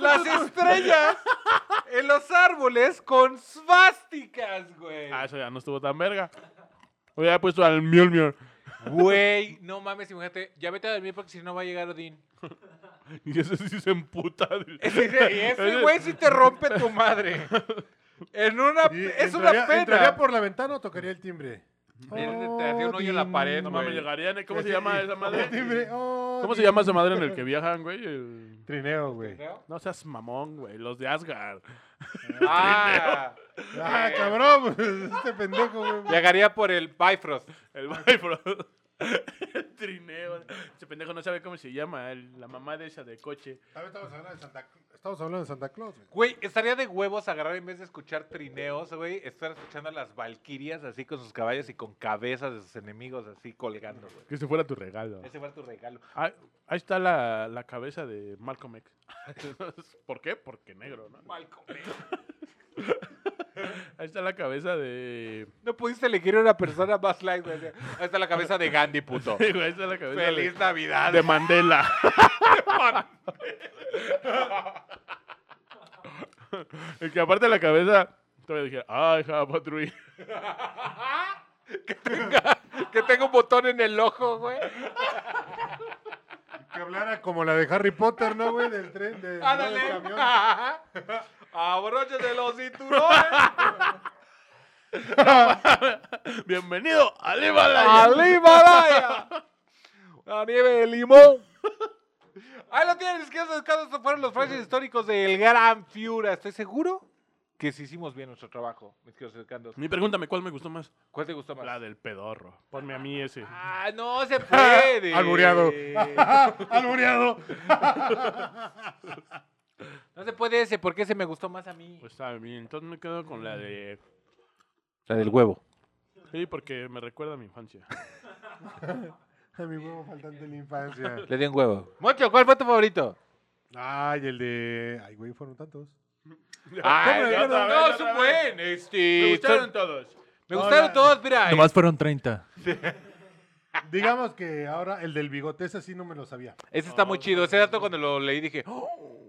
las estrellas en los árboles con svásticas, güey. Ah, eso ya no estuvo tan verga. Hubiera puesto al Mjolnir. Güey, no mames, imagínate. Ya vete a dormir porque si no va a llegar Odín. Y ese sí se emputa. [LAUGHS] del- Ese- y ese güey sí te rompe tu madre. En una, Y es una entraría- pena. ¿Entraría por la ventana o tocaría el timbre? Él te hacía un hoyo en la pared, No mames, güey. llegarían. ¿Cómo se Sí, llama y- esa el timbre, [LAUGHS] madre? oh, ¿Cómo se Odín. llama esa madre en el que viajan, güey? El- Trineo, güey. No seas mamón, güey. Los de Asgard. Ah, Ah, cabrón, [LAUGHS] pues, este pendejo, güey. llegaría por el Bifrost. El Bifrost. [LAUGHS] El trineo. Ese pendejo no sabe cómo se llama. el- la mamá de esa de coche. También Estamos hablando de Santa, estamos hablando de Santa Claus, güey. Güey, estaría de huevos agarrar en vez de escuchar trineos, güey, estar escuchando a las valquirias así con sus caballos y con cabezas de sus enemigos así colgando, güey. Que ese fuera tu regalo. Ese fue tu regalo. Ah, ahí está la, la cabeza de Malcolm X. [LAUGHS] ¿Por qué? Porque negro, ¿no? Ahí está la cabeza de. [LAUGHS] No pudiste elegir una persona más light, güey. Ahí está la cabeza de Gandhi, puto. Ahí está la cabeza Feliz de- Navidad. de Mandela. [LAUGHS] El que aparte de la cabeza, todavía dije, ay, have a dream". Que tenga un botón en el ojo, güey. Que hablara como la de Harry Potter, ¿no, güey? Del tren, de, Ándale. del [LAUGHS] camión. Ajá. [LAUGHS] Abróchate los [LAUGHS] cinturones. [LAUGHS] Bienvenido al Himalaya. ¡Al Himalaya! La nieve de limón. Ahí lo tienen, que esos casos fueron los flashes históricos del Gran Fiura. Estoy seguro que sí hicimos bien nuestro trabajo, mis queridos cercanos. Mi pregúntame, ¿cuál me gustó más? ¿Cuál te gustó más? La del pedorro. Ponme a mí ese. Ah, no [LAUGHS] se puede. Albureado. Albureado. No se puede ese, porque ese me gustó más a mí. Pues está bien, entonces me quedo con la de... La del huevo. Sí, porque me recuerda a mi infancia. A mi huevo faltante de la infancia. Le di un huevo. Moncho, ¿cuál fue tu favorito? Ay, el de. Ay, güey, fueron tantos. Ay, ya no, otra vez, no, es otra un vez. buen. Este, Me gustaron están- todos. me gustaron todos, mira. Nomás fueron 30. Digamos que ahora el eh, del bigote, ese sí no me lo sabía. Ese está muy chido. Ese dato cuando lo leí dije, "Oh,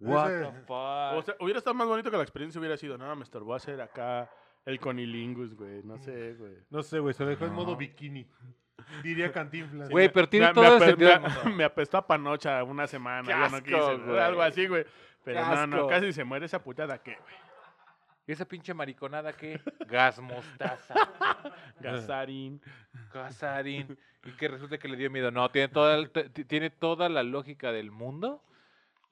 What Ese- the fuck. O sea, hubiera estado más bonito que la experiencia hubiera sido, no, me estorbó hacer acá el conilingus, güey. No sé, güey. No sé, güey, se lo dejó en modo bikini. Diría Cantinflas. Güey, pues, pero tiene me, todo me el ape- sentido del me- [LAUGHS] me apestó a panocha una semana. Qué ya no asco, quise, güey. Algo así, güey. Pero Qué no, no, asco. casi se muere esa putada que, güey. ¿Y esa pinche mariconada que Gas mostaza, Gasarín. gasarín. Y que resulta que le dio miedo. No, tiene toda, el- t- tiene toda la lógica del mundo.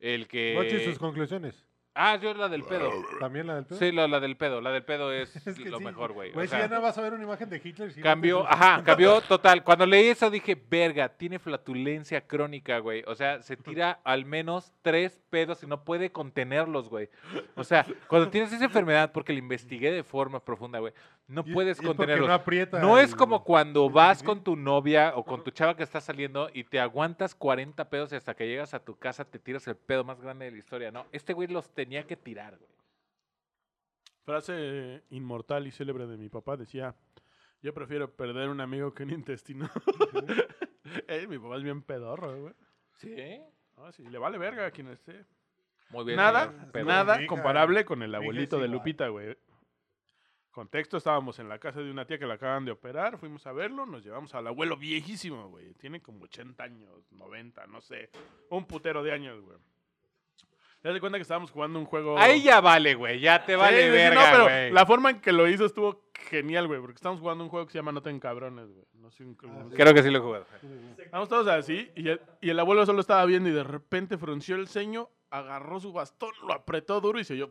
El Mochi, que. sus conclusiones. Ah, yo la del pedo. También la del pedo. Sí, la, la del pedo. La del pedo es, [LAUGHS] Es que lo sí, mejor, güey. O Güey, si sea, ya no vas a ver una imagen de Hitler. si no te Cambió, dices- ajá, cambió total. Cuando leí eso dije, verga, tiene flatulencia crónica, güey. O sea, se tira al menos tres pedos y no puede contenerlos, güey. O sea, cuando tienes esa enfermedad, porque la investigué de forma profunda, güey, no Y- y puedes porque contenerlos. No, aprieta No es el- como cuando vas sí. con tu novia o con tu chava que está saliendo y te aguantas 40 pedos y hasta que llegas a tu casa te tiras el pedo más grande de la historia. No, este güey los tenía que tirar, güey. Frase inmortal y célebre de mi papá decía: Yo prefiero perder un amigo que un intestino. [LAUGHS] Eh, mi papá es bien pedorro, güey. ¿Sí? Ah, sí, le vale verga a quien esté. Muy bien. Nada, señor Pedro. nada Mija, comparable con el abuelito es de igual. Lupita, güey. Contexto, estábamos en la casa de una tía que la acaban de operar, fuimos a verlo, nos llevamos al abuelo viejísimo, güey. Tiene como 80 años, 90, no sé. Un putero de años, güey. Te das cuenta que estábamos jugando un juego... Ahí ya vale, güey. Ya te Sí, vale sí, sí, verga, no, güey. la forma en que lo hizo estuvo genial, güey, porque estábamos jugando un juego que se llama No ten cabrones, güey. No sé, un- un- Creo que sí lo he jugado. Estábamos todos así y el, y el abuelo solo estaba viendo y de repente frunció el ceño, agarró su bastón, lo apretó duro y se oyó.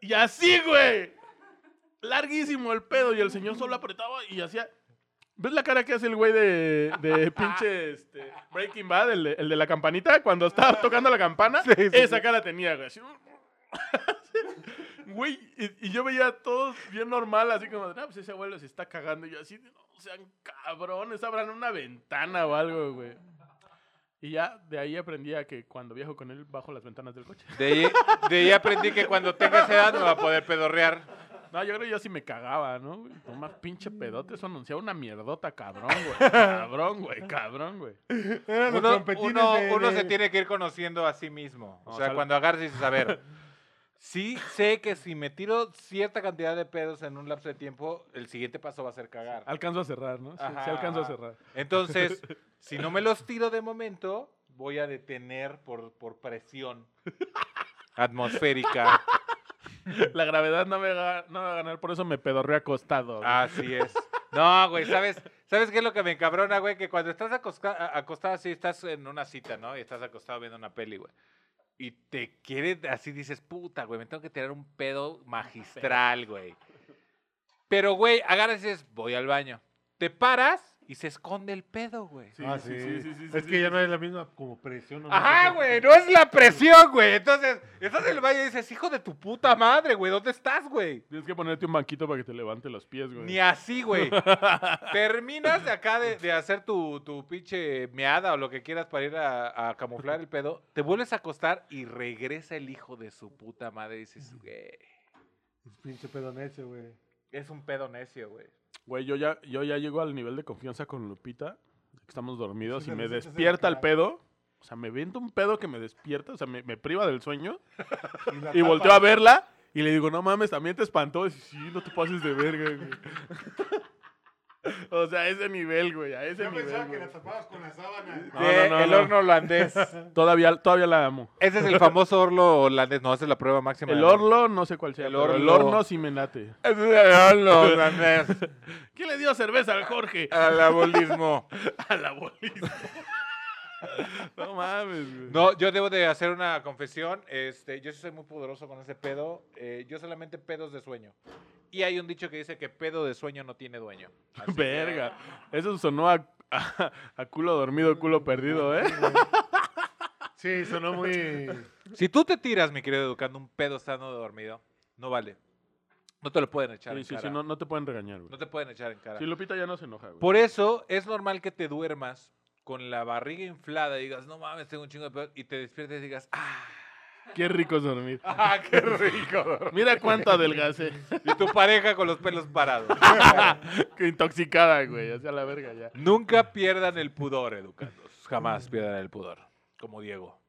y así, güey. Larguísimo el pedo y el señor solo apretaba y hacía... ¿Ves la cara que hace el güey de, de pinche este, Breaking Bad, el de, el de la campanita, cuando estaba tocando la campana? Esa cara tenía, güey. así. [LAUGHS] Güey, y, y yo veía a todos bien normal, así como, no, pues ese abuelo se está cagando. Y yo así, no sean cabrones, abran una ventana o algo, güey. Y ya de ahí aprendí a que cuando viajo con él, bajo las ventanas del coche. De ahí, de ahí aprendí que cuando tenga esa edad no va a poder pedorrear. No, yo creo que yo sí me cagaba, ¿no? güey? Tomar pinche pedote, eso anunciaba una mierdota, cabrón, güey. [LAUGHS] Cabrón, güey, cabrón, güey. Eran los Uno, trompetines uno- de- uno se de- tiene que ir conociendo a sí mismo. O No, sea, sal- cuando agarras y dices, a [LAUGHS] ver, sí sé que si me tiro cierta cantidad de pedos en un lapso de tiempo, el siguiente paso va a ser cagar. Alcanzo a cerrar, ¿no? Sí, Ajá, sí alcanzo a ajá. cerrar. [LAUGHS] Entonces, si no me los tiro de momento, voy a detener por, por [LAUGHS] presión atmosférica. La gravedad no me, va, no me va a ganar, por eso me pedorré acostado. Ah, güey. Así es. No, güey, ¿sabes? ¿Sabes qué es lo que me encabrona, güey? Que cuando estás acosca- a- acostado así, estás en una cita, ¿no? Y estás acostado viendo una peli, güey. Y te quiere, así dices, puta, güey, me tengo que tirar un pedo magistral, güey. Pero, güey, agarras y dices, voy al baño. Te paras y se esconde el pedo, güey. Ah, sí. es que ya no es la misma como presión. ¿no? Ajá, güey, no es la presión, güey. Entonces, estás en el baño y dices, hijo de tu puta madre, güey, ¿dónde estás, güey? Tienes que ponerte un banquito para que te levante los pies, güey. Ni así, [LAUGHS] güey. Terminas de acá de, de hacer tu, tu pinche meada o lo que quieras para ir a, a camuflar el pedo. Te vuelves a acostar y regresa el hijo de su puta madre. Y dices, güey, [LAUGHS] Pinche pedón ese, güey. es un pedo necio, güey. Güey, yo ya, yo ya llego al nivel de confianza con Lupita. que Estamos dormidos Sí, y se me les- se les despierta el cae. pedo. O sea, me vento un pedo que me despierta, o sea, me, me priva del sueño. la Y tapa. volteo a verla y le digo, no mames, también te espantó. Y dice, sí, no te pases de verga, güey. [LAUGHS] o sea, a ese nivel, güey, a ese [LAUGHS] Yo nivel. pensaba que güey. la tapabas con la sábana. No, De no, no, el no. horno holandés. Todavía, todavía la amo. [LAUGHS] Ese es el famoso horno holandés. No, esa es la prueba máxima. El del- [LAUGHS] horno, no sé cuál sea. El pero El, horno. horno sí me late. Ese es el horno holandés. ¿Quién le dio cerveza al Jorge? Anabolismo. Al abuelito. no mames, güey. No, yo debo de hacer una confesión. Este, yo sí soy muy poderoso con ese pedo. eh, yo solamente pedos de sueño. Y hay un dicho que dice que pedo de sueño no tiene dueño. Así que- Verga. Eso sonó a, a- a culo dormido, culo perdido, ¿eh? Sí, sonó muy. [LAUGHS] Si tú te tiras, mi querido educando, un pedo estando dormido, no vale. No te lo pueden echar Sí, en sí, cara. sí, no, no, no te pueden regañar, güey. te pueden echar en cara. Sí, Lupita ya no se enoja, güey. Por eso es normal que te [LAUGHS] duermas con la barriga inflada y digas, no mames, tengo un chingo de pedo. Y te despiertes y digas, ah. Qué rico es dormir. ¡Ah, qué rico! Mira cuánto adelgacé. [LAUGHS] Y tu pareja con los pelos parados. Qué intoxicada, güey. Hacia la verga ya. Nunca pierdan el pudor, educandos. Jamás pierdan el pudor. Como Diego.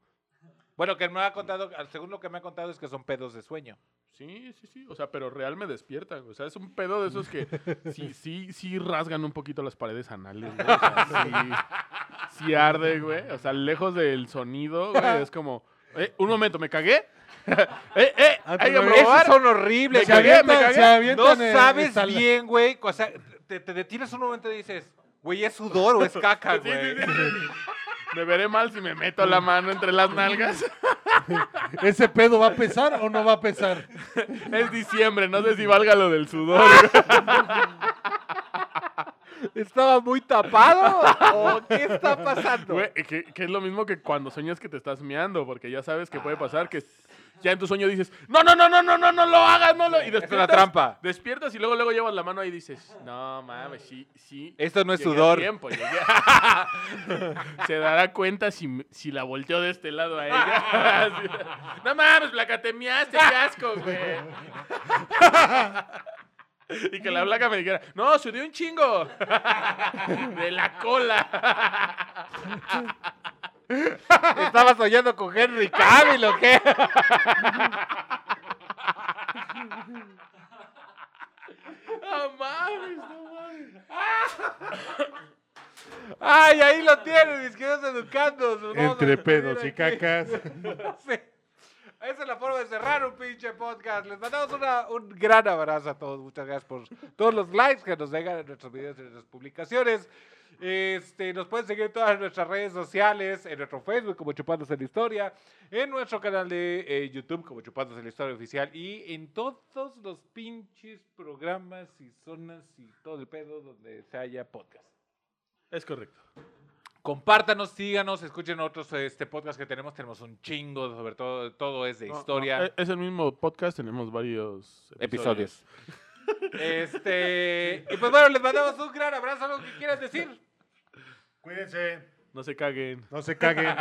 Bueno, que me ha contado, ah, según lo que me ha contado, es que son pedos de sueño. Sí, sí, sí. O sea, pero real me despiertan. O sea, es un pedo de esos [LAUGHS] que sí, sí, sí rasgan un poquito las paredes anales, güey. O sea, sí, sí arde, güey. O sea, lejos del sonido, güey. Es como, eh, un momento, ¿me cagué? [LAUGHS] eh, eh, hay que Ah, Esos probar. son horribles. Me cagué, güey. me cagué. Se avientan No en- en sabes sala. bien, güey. O sea, te, te detienes un momento y dices, güey, ¿es sudor o es caca, [LAUGHS] [LAUGHS] Sí, güey? sí, sí. Me veré mal si me meto la mano entre las nalgas. [LAUGHS] ¿Ese pedo va a pesar o no va a pesar? Es diciembre, no sé si valga lo del sudor. güey. ¿Estaba muy tapado? ¿O qué está pasando? Güey, que, que es lo mismo que cuando sueñas que te estás meando, porque ya sabes que puede pasar que ya en tu sueño dices, no, no, no, no, no, no, no lo hagas, no lo. Y es una despiertas- trampa. Despiertas y luego, luego llevas la mano ahí y dices, no mames, sí, sí. Esto no es llegué a sudor. tiempo, llegué a-". [LAUGHS] Se dará cuenta si, m- si la volteó de este lado a ella. [LAUGHS] Así, no mames, Blanca, te miaste, qué asco, güey. [LAUGHS] Y que la Blanca me dijera, no, subió un chingo. [LAUGHS] De la cola. [LAUGHS] ¿Estabas soñando con Henry Cavill o qué? No mames, no mames. [LAUGHS] Ay, ahí lo tienen, mis queridos educandos. Nos vamos a Entre despedir pedos y aquí. cacas. [LAUGHS] Sí. Esa es la forma de cerrar un pinche podcast. Les mandamos una- un gran abrazo a todos. Muchas gracias por todos los likes que nos dejan en nuestros videos y en nuestras publicaciones. Este, nos pueden seguir en todas nuestras redes sociales, en nuestro Facebook como Chupándose la Historia, en nuestro canal de eh, YouTube como Chupándose la Historia Oficial y en todos los pinches programas y zonas y todo el pedo donde se haya podcast. Es correcto. Compártanos, síganos, escuchen otros este podcast que tenemos. Tenemos un chingo, sobre todo, todo es de historia. No, eh, no, Es el mismo podcast, tenemos varios episodios. episodios. este. Y pues bueno, les mandamos un gran abrazo. ¿Algo que quieras decir? Cuídense, No se caguen. no se [LAUGHS] caguen.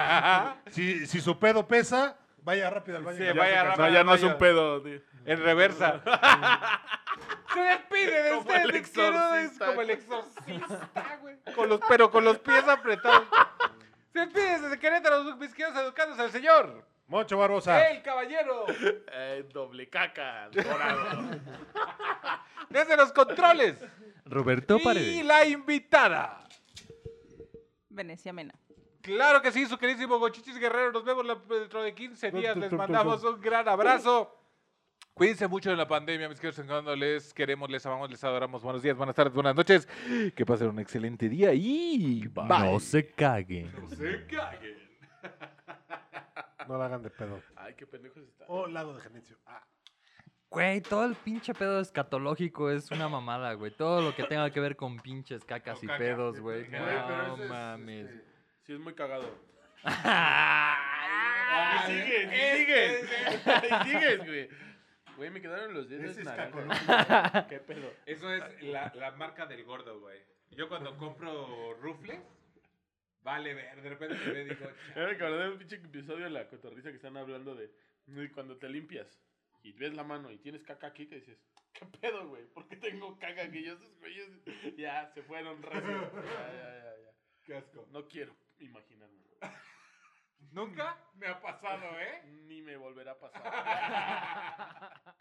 Si, si su pedo pesa, vaya rápido al baño. Sí, Ya vaya se rápido. cansó. No, ya no es un pedo. tío. En reversa. Se despide de Como ustedes, el mis queridos, es exorcista. como el exorcista, güey. Con los, pero con los pies apretados. Se despide desde Querétaro, mis queridos educados, el señor. Moncho Barbosa. El caballero. Eh, doble caca. dorado. [LAUGHS] Desde los controles. Roberto y la invitada. Venecia Mena. Claro que sí, su queridísimo Gochichis Guerrero. Nos vemos la- dentro de 15 días. Les mandamos un gran abrazo. Cuídense mucho de la pandemia, mis queridos encantados. Les queremos, les amamos, les adoramos. Buenos días, buenas tardes, buenas noches. Que pasen un excelente día y bye. No se caguen. No la hagan de pedo. Ay, qué pendejos está. O lado de Janicio. Güey, todo el pinche pedo escatológico es una mamada, güey. Todo lo que tenga que ver con pinches cacas y pedos, güey. No mames. [LAUGHS] Sí, es muy cagado. Ay, Y sigues, y sigues. Y eh, sigues, güey. Güey, me quedaron los dedos naranjas. Qué pedo. Eso es la, la marca del gordo, güey. Yo cuando compro rufles, vale, ver, de repente me veo y digo, Ya me acordé de un pinche episodio de la cotorriza que están hablando de de cuando te limpias y ves la mano y tienes caca aquí, que dices, ¿qué pedo, güey? ¿Por qué tengo caca aquí? Yo esos güeyes ya se fueron rápido. Ya, ya, ya, ya. Qué asco. No quiero imaginarme. nunca me ha pasado, ¿eh? [LAUGHS] Ni me volverá a pasar.